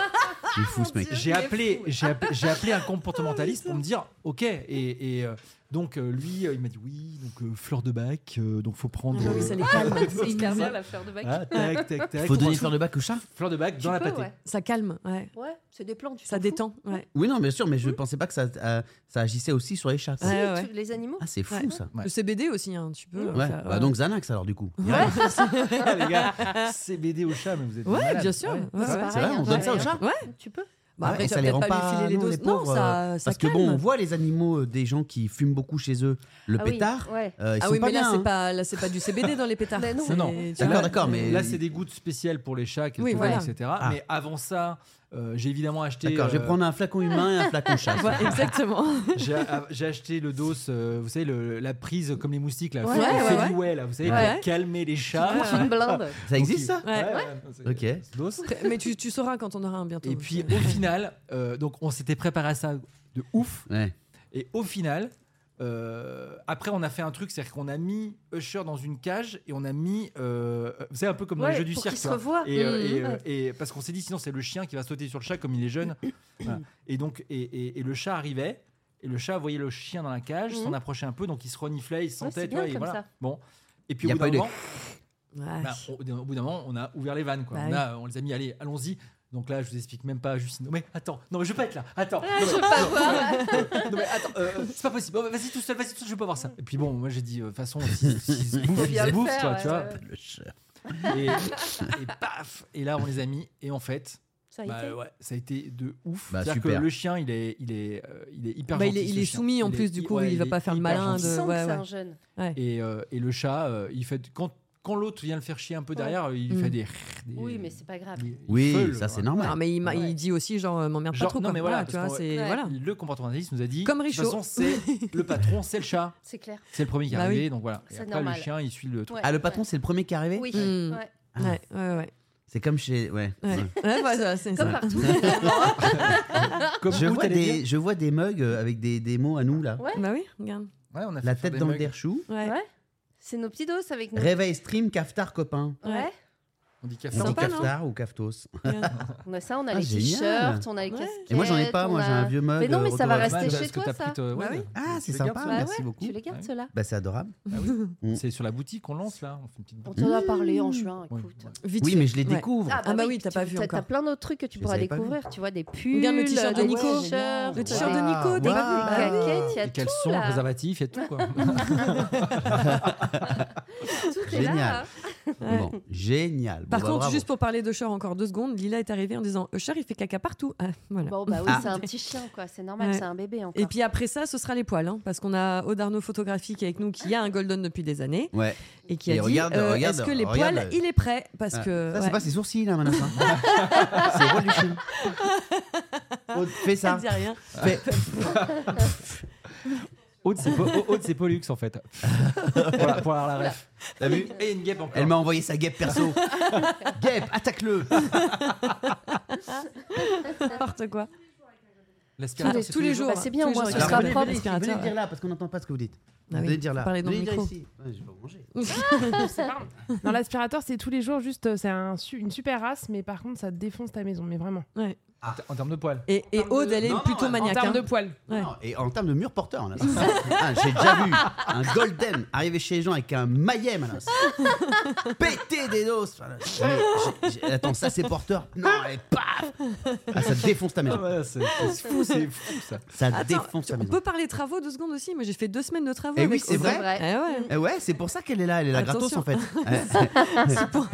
Il est fou ce mec. j'ai Il est appelé, fou. j'ai appelé, j'ai appelé un comportementaliste pour me dire, ok, et, et, euh, donc euh, lui, euh, il m'a dit oui, donc euh, fleur de bac, euh, donc faut prendre. Ah oui, euh, ça les calme. C'est hyper bien la fleur de bac. ah, tac, tac, tac. Faut donner Franchement, fleur de bac au chat fleur de bac Tu dans la peux, pâtée. ouais. Ça calme, ouais. Ouais, c'est des plantes. tu Ça t'en fous. détend, ouais. Oui, non, bien sûr, mais je pensais pas que ça, euh, ça agissait aussi sur les chats. Si, Ouais, ouais. tu- Les animaux. Ah, c'est fou Ouais. ça. Ouais. Le CBD aussi, hein, tu peux. euh, Ouais, faire, bah euh, donc Xanax alors du coup. Ah, les gars, CBD au chat, mais vous êtes des Ouais, malades. bien sûr. Ouais. Ouais, ouais. C'est vrai, on donne ça aux chats Tu peux. Bah, Ah ouais, après, et tu ça vas les peut-être rend pas lui pas, filer les nous, les doses. Non, pauvres, ça, ça Parce que bon, on calme. voit les animaux euh, des gens qui fument beaucoup chez eux le pétard. Ouais. euh, ils Ah sont oui, pas mais là, bien, c'est hein. pas, là, c'est pas du CBD dans les pétards. Mais non. C'est- Non, non. tu D'accord, vois, d'accord, mais- Là, c'est des gouttes spéciales pour les chats, qui Oui, sont voilà. là, etc. Mais avant ça, euh, j'ai évidemment acheté. Ah. D'accord, je vais euh, prendre un flacon humain et un flacon chat. Ouais, exactement. J'ai ah, j'ai acheté le dos, euh, vous savez, le- la prise comme les moustiques, là, Ouais, le ouais, Feliway, là, vous savez, pour Ouais. calmer les chats. Coûte une blinde. Ça existe ça Donc, Ouais. c'est- Ok. c'est dos. Mais tu, tu sauras quand on aura un bientôt. Et puis au final, euh, donc on s'était préparé à ça de ouf. Ouais. Et au final, euh, après on a fait un truc, c'est-à-dire qu'on a mis Usher dans une cage et on a mis, euh, vous savez, un peu comme dans Ouais, les jeux du pour cirque. qu'il se quoi. revoie. Et, euh, Mmh. et, euh, et- parce qu'on s'est dit sinon c'est le chien qui va sauter sur le chat comme il est jeune. Voilà. Et donc et, et- et le chat arrivait. Et le chat voyait le chien dans la cage, Mhm. s'en approchait un peu, donc il se reniflait, il se Ouais, sentait. c'est tu vois, bien et comme voilà. ça. Bon. Et puis Il y au a bout pas d'un eu de- moment, Ouais. bah, on- au bout d'un moment, on a ouvert les vannes. Quoi. Bah on, oui. a- on les a mis, allez, allons-y. Donc là, je vous explique même pas, Justine. Non, mais attends, non, mais je veux pas être là. Attends, non, mais, non, non, mais attends, euh, euh, c'est pas possible. Oh, vas-y tout seul, vas-y tout seul, je veux pas voir ça. Et puis bon, moi j'ai dit, euh, de toute façon, si, si se bouffent, ils bien se le bouffent, faire, toi, ouais, tu vois. ouais. Le chat. Et, et paf Et là, on les a mis. Et en fait, Ça y bah, est. ouais, ça a été de ouf. Bah, C'est-à-dire que super. le chien, il est, il est, euh, il est hyper Bah, il gentil. est- il ce est chien. soumis, en plus, du coup, il va est pas faire le hyper malin gentil. Tu de- sens que ouais, c'est ouais. un jeune. Et, euh, et le chat, euh, il fait quand, quand l'autre vient le faire chier un peu derrière, il Mm. fait des, des- Oui, mais c'est pas grave. des- Oui, feule, hein. ça c'est voilà. Non, normal. mais il, m'a- Ouais. il dit aussi, genre, euh, m'emmerde pas Genre, trop. non, quoi. mais voilà, tu parce vois, qu'on- c'est. Ouais. Voilà. Le comportementaliste nous a dit Comme de toute Richaud. façon, c'est le patron, c'est le chat, C'est clair. c'est le premier qui est Bah arrivé, donc voilà. Et C'est après, normal. le chien, il suit le truc. Ouais, Ah, le patron, c'est le premier qui est arrivé ouais. Oui. Mmh. ouais. Ah. Ouais, ouais, ouais. C'est comme chez. Ouais. Ouais, Ouais. Ouais, voilà, c'est Comme ça. partout. Comme Je vous, vois, t'allais des, dire je vois des mugs euh, avec des, des mots à nous là. Ouais. Bah oui, regarde. Ouais, on a fait La faire tête des dans le mugs. derchou. Ouais. Ouais. C'est nos petits dos avec nous. Réveil stream, cafetar copain. Ouais. On dit On dit cafard. Sympa, non cafetar ou caftos. regarde. On a ça, on a Ah, les génial. t-shirts, on a les Ouais. casquettes. Et moi j'en ai pas, moi on j'ai un a- vieux mug. Mais non, euh, mais ça va retour à la rester base. chez toi, ça. Bah oui. Ah, Tu c'est les gardes, sympa, ça Bah merci ouais, beaucoup. Tu les gardes, ceux-là Bah, c'est adorable. C'est sur la boutique qu'on lance là. On fait une petite On boutique. t'en a parlé en juin, Ouais, écoute. ouais. Vite Oui, fait. mais je les Ouais. découvre. Ah bah oui, t'as pas vu T'as t'as encore. plein d'autres trucs que tu Je pourras les avais pas vus. découvrir, tu vois, des pulls, Regarde le t-shirt de des Nico. t-shirts, Le t-shirt de des- Nico, Waouh. t'as pas vu Waouh. Bah oui. Caquettes, il y a Les tout caleçons, là. préservatifs, il y a tout quoi. Tout est là. Génial. hein. Ouais. Bon, génial. Bon, Par bah, contre, bravo. juste pour parler d'Usher encore deux secondes, Lila est arrivée en disant Usher, il fait caca partout. Ah, voilà. Bon, bah oui, Ah. c'est un petit chien, quoi. C'est normal, Ouais. c'est un bébé encore. Et puis après ça, ce sera les poils, hein, parce qu'on a Odarno Photographie qui est avec nous, qui a un Golden depuis des années, Ouais. et qui a Et dit regarde, euh, regarde, Est-ce que les regarde. poils, il est prêt Parce Ah, que. Ça, ouais. c'est pas ses sourcils, là, maintenant. ça. c'est le rôle du film. Aude, Fais Ça ça. ne dit rien. Fais- Aude, c'est Po- Aude, c'est Pollux en fait. voilà, pour avoir la ref. T'as vu Et il y a une guêpe encore. Elle m'a envoyé sa guêpe perso. guêpe, attaque-le N'importe quoi. L'aspirateur, Tous les- c'est tous les jours. Bah, c'est bien, Tous les au moins, jours, ce il sera s'appelle propre. l'aspirateur. Venez le dire là, parce qu'on n'entend pas ce que vous dites. Ah oui, Venez le dire là. parlez dans le Venez le dire micro. ici. Ouais, j'ai pas mangé. Non, l'aspirateur, c'est tous les jours, juste, euh, c'est un su- une super race, mais par contre, ça défonce ta maison, mais vraiment. En termes de poils. Et, et Aude, elle est Non, non, plutôt en maniaque. en hein. termes de poils. Ouais. Non, et en termes de mur porteur, là, Ah, j'ai déjà vu un golden arriver chez les gens avec un maillet, manas. Péter des dos. Voilà, j'ai- j'ai- Attends, ça c'est porteur Non, et paf ah, Ça défonce ta mère. Ouais, c'est c'est fou, c'est fou ça. Ça Attends, Ah, défonce ta on maison. peut parler travaux deux secondes aussi. Moi, j'ai fait deux semaines de travaux. Eh oui, avec c'est Aude. vrai. Eh ouais. Eh ouais, c'est pour ça qu'elle est là, elle est là gratos Attention. en fait. Eh, bah c'est pour-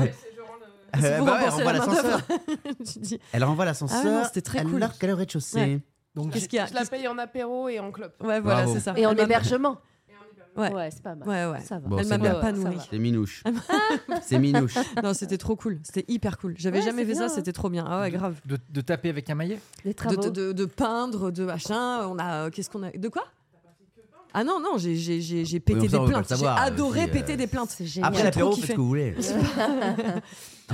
C'est pour rembourser la main d'œuvre. Tu dis, Elle renvoie l'ascenseur. Ah ouais, non, c'était très elle cool. largue qu'elle est au rez-de-chaussée. Ouais. Donc, Qu'est-ce qu'il y a Je la paye en apéro et en clope. Ouais, voilà, Bravo. c'est ça. Et en Elle m'a- hébergement. Ouais. Ouais, c'est pas mal. Ouais, ouais. Ça va. Bon, Elle c'est m'a bien. bien pas Ouais, ça nourrie. va. C'est minouche. c'est minouche. Non, c'était trop cool. C'était hyper cool. J'avais Ouais, jamais c'est fait bien, ça. hein. C'était trop bien. Ah ouais, grave. de, de taper avec un maillet Les De, travaux. de, de- de peindre, de machin. On a. euh, Qu'est-ce qu'on a De quoi Ah non, non, j'ai- j'ai j'ai- j'ai pété Oui, des enfin, on peut pas le plaintes. J'ai savoir, adoré aussi, euh, péter des plaintes. C'est génial. Après l'apéro, faites ce que vous voulez.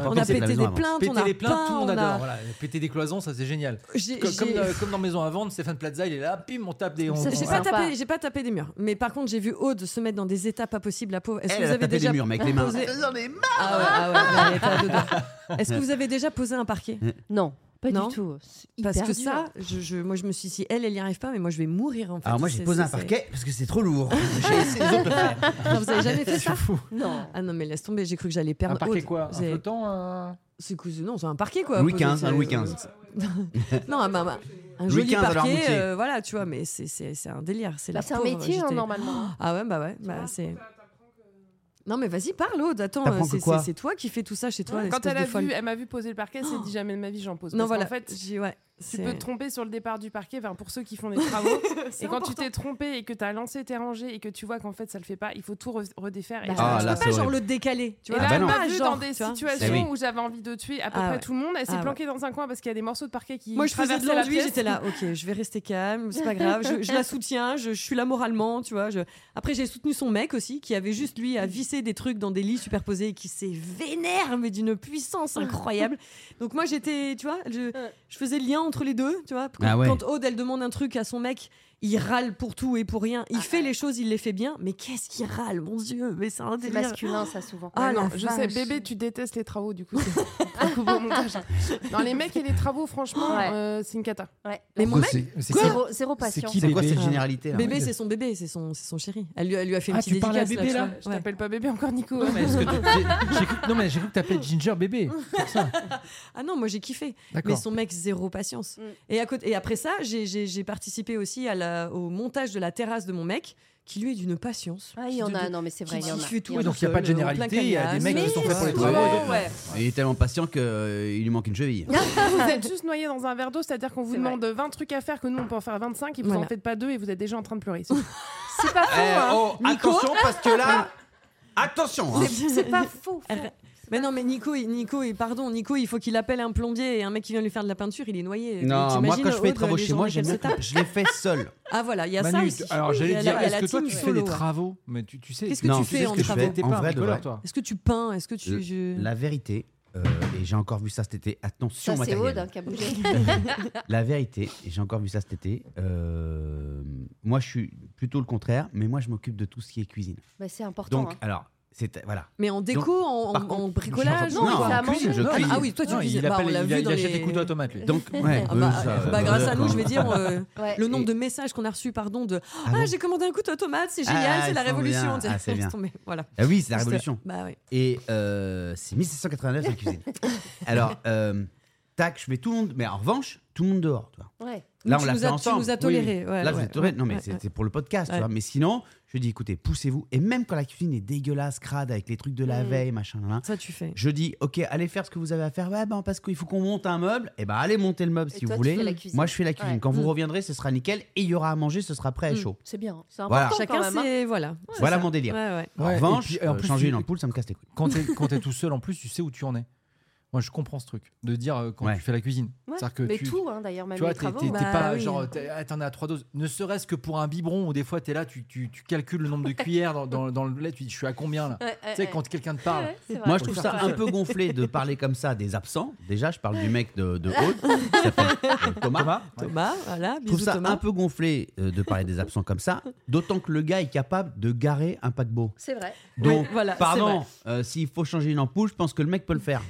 On a pété des plaintes, Péter on a les plaintes, tout le peint, monde on a- adore. Voilà, Péter des cloisons, ça c'est génial. J'ai- Co- Comme, j'ai- dans- comme dans Maison à vendre, Stéphane Plaza, il est là, pim, on tape des. on- Ça, J'ai on- pas, Sympa. tapé, j'ai pas tapé des murs, mais par contre j'ai vu Aude se mettre dans des états pas possibles. La pauvre. Est-ce que Elle, vous elle a avez tapé déjà des murs mais avec les mains. posé- J'en ai marre. Ah ouais, ah ouais, elle était à deux doigts. Est-ce que vous avez déjà posé un parquet Non, pas Non. du tout. C'est Parce hyper que dur. ça, je, je- moi je me suis dit, si elle, elle n'y arrive pas, mais moi je vais mourir en fait. Alors moi j'ai C'est- posé c'est- un c'est- parquet parce que c'est trop lourd. J'ai essayé les autres de le faire. Non, vous avez jamais fait ça Non. Ah non, mais laisse tomber, j'ai cru que j'allais Un perdre. parquet Aude. quoi Un C'est- flottant un- C'est que- non, c'est un parquet quoi. Louis posé, XV, c'est- euh, un Louis XV. Non, un, un- un Louis joli XV à leur parquet, moutier. euh, voilà, tu vois, mais c'est- c'est c'est un délire. C'est Bah, la c'est un pauvre, métier, hein, j'étais- normalement. Ah ouais, bah ouais, bah c'est. Non mais vas-y parle Aude, attends, T'apprends euh, que c'est- quoi c'est c'est toi qui fais tout ça chez toi, Quand espèce elle, a de folle. vu, elle m'a vu poser le parquet, elle s'est dit jamais de ma vie j'en pose. non Parce voilà, qu'en fait, j'ai- ouais, tu c'est- peux te tromper sur le départ du parquet, enfin, pour ceux qui font des travaux. c'est et quand tu important. t'es trompé et que t'as lancé tes rangées et que tu vois qu'en fait ça le fait pas, il faut tout re- redéfaire. Et Bah, ça Ah, marche Tu là, peux c'est pas genre horrible. le décaler, tu Et vois. là, bah elle non. m'a Pas vu Ah, genre, dans des tu vois. situations Eh oui. où j'avais envie de tuer à Ah peu près ouais. tout le monde. Elle s'est Ah planquée dans un coin parce qu'il y a des morceaux de parquet qui Moi je faisais de traversaient la l'enduit, pièce. j'étais là, ok, je vais rester calme, c'est pas grave, je, je la soutiens, je, je suis là moralement, tu vois. je- Après j'ai soutenu son mec aussi, qui avait juste lui à visser des trucs dans des lits superposés et qui s'est vénère, mais d'une puissance incroyable. Donc moi j'étais, tu vois, je, je faisais le lien entre les deux, tu vois. Quand, Ah ouais. quand Aude elle demande un truc à son mec, il râle pour tout et pour rien, Ah il fait les choses, il les fait bien, mais qu'est-ce qu'il râle, mon dieu, mais c'est un C'est délire. masculin, ça, souvent. Ah Ouais, la non, je sais, vache. bébé, tu détestes les travaux du coup. c'est- un coup au montage. Non, les mecs et les travaux, franchement, Ouais. euh, c'est une cata. Ouais. Mais mon mec, C'est- c'est qui- Zéro, zéro C'est patience. qui C'est quoi bébé cette généralité hein là Bébé, c'est son bébé, c'est son, c'est son chéri. Elle lui, elle lui a fait une Ah, petite tu parles à dédicace. bébé, tu là vois. Je Ouais. t'appelle pas bébé encore, Nico. Non, mais est-ce que t'as- j'ai- j'ai cru- Non, mais j'ai cru que t'appelais Ginger bébé. Ah non, moi j'ai kiffé. Mais D'accord. son mec, zéro patience. Mm. Et, à côté, et après ça, j'ai- j'ai j'ai participé aussi à la- au montage de la terrasse de mon mec, qui lui est d'une patience. Ah, il y en a, non, mais c'est vrai. Qui Il y en a. diffuse tout. Oui, donc il y a seul, pas de euh, en plein généralité, il y a des caillasse. mecs qui Mais sont faits pour les souvent, travaux. et d'autres non. ouais. Il est tellement patient qu'il lui manque une cheville. Bah, vous êtes juste noyé dans un verre d'eau, c'est-à-dire qu'on vous C'est vrai. demande 20 trucs à faire que nous on peut en faire 25 et vous Voilà. en faites pas deux et vous êtes déjà en train de pleurer. C'est- C'est pas faux. Eh, hein. oh, attention parce que là. Attention hein. C'est- C'est pas faux. faux. Mais non, mais Nico, il- Nico, il- pardon, Nico, il faut qu'il appelle un plombier et un mec qui vient lui faire de la peinture, il est noyé. Non, T'imagines, moi quand je fais des Aude, travaux les chez moi, journées j'aime qu'elle bien. se tape que Je les fais seul. Ah voilà, il y a ça Manu, aussi. alors Il y j'allais a dire, la- il y a est-ce la que toi team tu fais solo, hein. des ouais. travaux Mais tu, tu sais, Qu'est-ce que Non, tu tu sais fais ce en que je fais travaux t'es En pas un vrai, de bricoleur, vrai. toi. Est-ce que tu peins Est-ce que tu. Euh, je- La vérité, euh, et j'ai encore vu ça cet été, attention Ça, c'est Aude hein, matériel. qui a bougé. La vérité, et j'ai encore vu ça cet été, euh, moi je suis plutôt le contraire, mais moi je m'occupe de tout ce qui est cuisine. Bah, c'est important. Donc hein. alors, c'est voilà. Mais en déco, Donc, en, par en- contre, en bricolage Non, mais non, ça a en cuisine, mangé. je Non, cuisine. Ah oui, toi tu Non, cuisines. il Bah, on appelle, l'a il, vu il dans achète les- les couteaux à tomates, lui. Donc, ouais, Ah euh, bah, ça, bah, euh, grâce à euh, nous, je vais dire, euh, hein. Ouais. le nombre de Et- messages qu'on a reçus, pardon, de Ah, Ah, bon j'ai commandé un couteau à tomate, c'est Ah, génial, c'est la ils sont révolution. bien. Ah, c'est Laisse bien. tomber, Voilà. Ah oui, c'est la révolution. Bah oui. Et euh, c'est 1789 la cuisine. Alors, euh, tac, je mets tout le monde, mais en revanche, tout le monde dehors. tu vois. Ouais. Là, Tu on l'a nous fait as- tu ensemble. nous as Oui, toléré, oui. ouais, Là, je ouais, vous ai toléré. Non, mais ouais, c'est ouais. c'est pour le podcast, Ouais. tu vois. Mais sinon, je dis, écoutez, poussez-vous. Et même quand la cuisine est dégueulasse, crade, avec les trucs de la Mm. veille, machin, là, là, Ça, tu fais. je dis, ok, allez faire ce que vous avez à faire. Ouais, ben, parce qu'il faut qu'on monte un meuble. Et ben, allez monter le meuble Et si toi, vous tu voulez. fais la cuisine. Moi, je fais la cuisine. Ouais. Quand vous Mm. reviendrez, ce sera nickel. Et il y aura à manger, ce sera prêt et Mm. chaud. C'est bien. hein. C'est Voilà. important Chacun quand même. hein. ses. Voilà. Voilà mon délire. Ouais, ouais. en Ouais, et revanche, puis, en euh, plus, changer tu- une ampoule, ça me casse les couilles. Quand t'es quand t'es tout seul, en plus, tu sais où tu en es. Moi, je comprends ce truc de dire euh, quand Ouais. tu fais la cuisine. Ouais, C'est-à-dire que mais tu, tout, hein, d'ailleurs, même tu vois, les t'es travaux. t'es- t'es Bah pas oui. genre, t'es- attends, on est à trois doses. Ne serait-ce que pour un biberon où des fois t'es là, tu, tu, tu calcules le nombre de cuillères dans, dans- dans le lait, tu dis je suis à combien là Ouais, ouais, Tu sais, ouais. quand quelqu'un te Ouais, parle. ouais, c'est vrai. Moi, je trouve ça Ouais. un peu gonflé de parler comme ça des absents. Déjà, je parle du mec de, de Aude, qui s'appelle euh, Thomas. Thomas Ouais. Thomas, voilà, Je trouve bisous ça Thomas. un peu gonflé euh, de parler des absents comme ça, d'autant que le gars est capable de garer un paquebot. C'est vrai. Donc, Oui, voilà, c'est pardon, euh, s'il faut changer une ampoule, je pense que le mec peut le faire.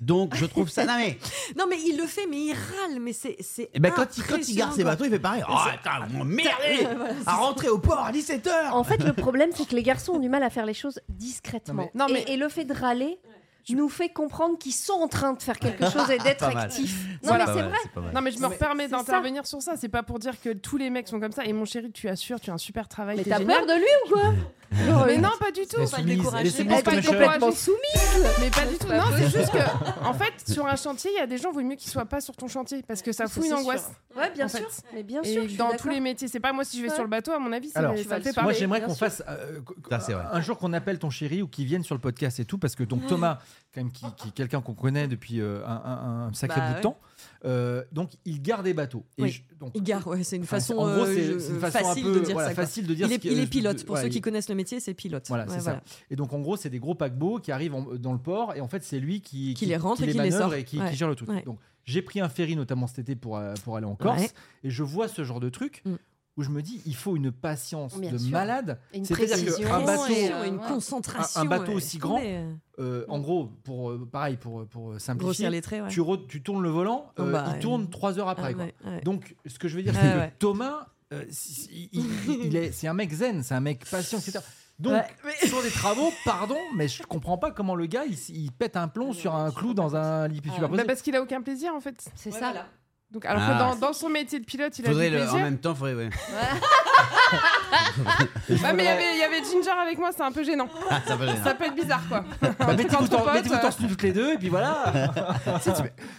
Donc, je trouve ça. Non, mais Non, mais il le fait, mais il râle, mais c'est. c'est eh ben, quand, il, quand il impressionnant, garde ses quoi. bateaux, il fait pareil. Oh, putain, vous m'emmerdez à rentrer au port à 17h En fait, le problème, c'est que les garçons ont du mal à faire les choses discrètement. Non, mais- Non, Et, et le fait de râler nous fait comprendre qu'ils sont en train de faire quelque chose et d'être Pas mal. actifs. Non, Voilà. mais c'est vrai. Non mais je me Mais permets c'est ça. d'intervenir sur ça, c'est pas pour dire que tous les mecs sont comme ça et mon chéri tu assures, tu as un super travail, Mais t'es t'as peur génial. de lui ou quoi Mais non, pas du tout. Elle est pas le soumise, elle est décourager. soumise comme Elle pas un est chat. complètement soumise. Mais pas du tout. Non, c'est juste que en fait, sur un chantier, il y a des gens vaut mieux qu'ils soient pas sur ton chantier parce que ça Ça, fout c'est une sûr. angoisse. Ouais, bien En sûr. fait. Mais bien Et sûr. je suis dans tous d'accord. les métiers, c'est pas moi si je vais Ouais. sur le bateau à mon avis, c'est- Alors, tu vas ça le fait Moi, sur- parler. j'ai- j'aimerais bien qu'on sûr. fasse euh, qu- Ça, c'est vrai. un jour qu'on appelle ton chéri ou qu'il vienne sur le podcast et tout, parce que Mm. donc Thomas, quand même, qui, qui est quelqu'un qu'on connaît depuis euh, un, un- un sacré Bah, bout de ouais. temps, euh, donc il garde des bateaux. Et Oui. je- donc, Il gare, ouais, c'est une enfin, façon, en gros, c'est euh, c'est une je- façon facile un peu de dire voilà, ça. quoi. facile de dire. Il ce est, qui- il est euh, ce- pilote, pour ouais, ceux il- qui connaissent le métier, c'est pilote. Voilà, c'est Ouais, ça. Et donc en gros, c'est des gros paquebots qui arrivent en- dans le port et en fait, c'est lui qui, Qui les rentre et qui les manœuvre sort. et qui, qui Ouais. gère le truc. Ouais. Donc j'ai pris un ferry notamment cet été pour, euh, pour aller en Corse Ouais. et je vois ce genre de truc Mm. où je me dis, il faut une patience Bien de sûr. malade. Et Une C'est-à-dire que précision. un bateau- et, Précision euh, et une ouais. concentration. Un- un bateau ouais. aussi grand, Mais, euh, Euh, en gros, pour euh, pareil, pour pour euh, simplifier, Grossir les traits, ouais. tu, re- tu tournes le volant, Oh euh, bah, il euh, tourne trois heures après. Ah, quoi. ouais, ouais. Donc, ce que je veux dire, Ouais, c'est ouais. que Thomas, euh, si- il, il- il est, c'est un mec zen, c'est un mec patient, etc. Donc, Ouais. sur des travaux, pardon, mais je comprends pas comment le gars, il, s- il pète un plomb sur un clou dans un lit Bah, Ah, superposé. parce qu'il a aucun plaisir en fait. C'est ça. Donc alors Ah. que dans, dans son métier de pilote, il a du Faudrait le- plaisir. en même temps, faudrait. ouais. Ah, mais il y avait- il y avait Ginger avec moi, c'est un peu gênant. Ah, ça va, j'ai- Ça peut être bizarre quoi. Bah, mettez-vous Entre en- potes, mettez-vous euh, torse nu toutes les deux, et puis voilà.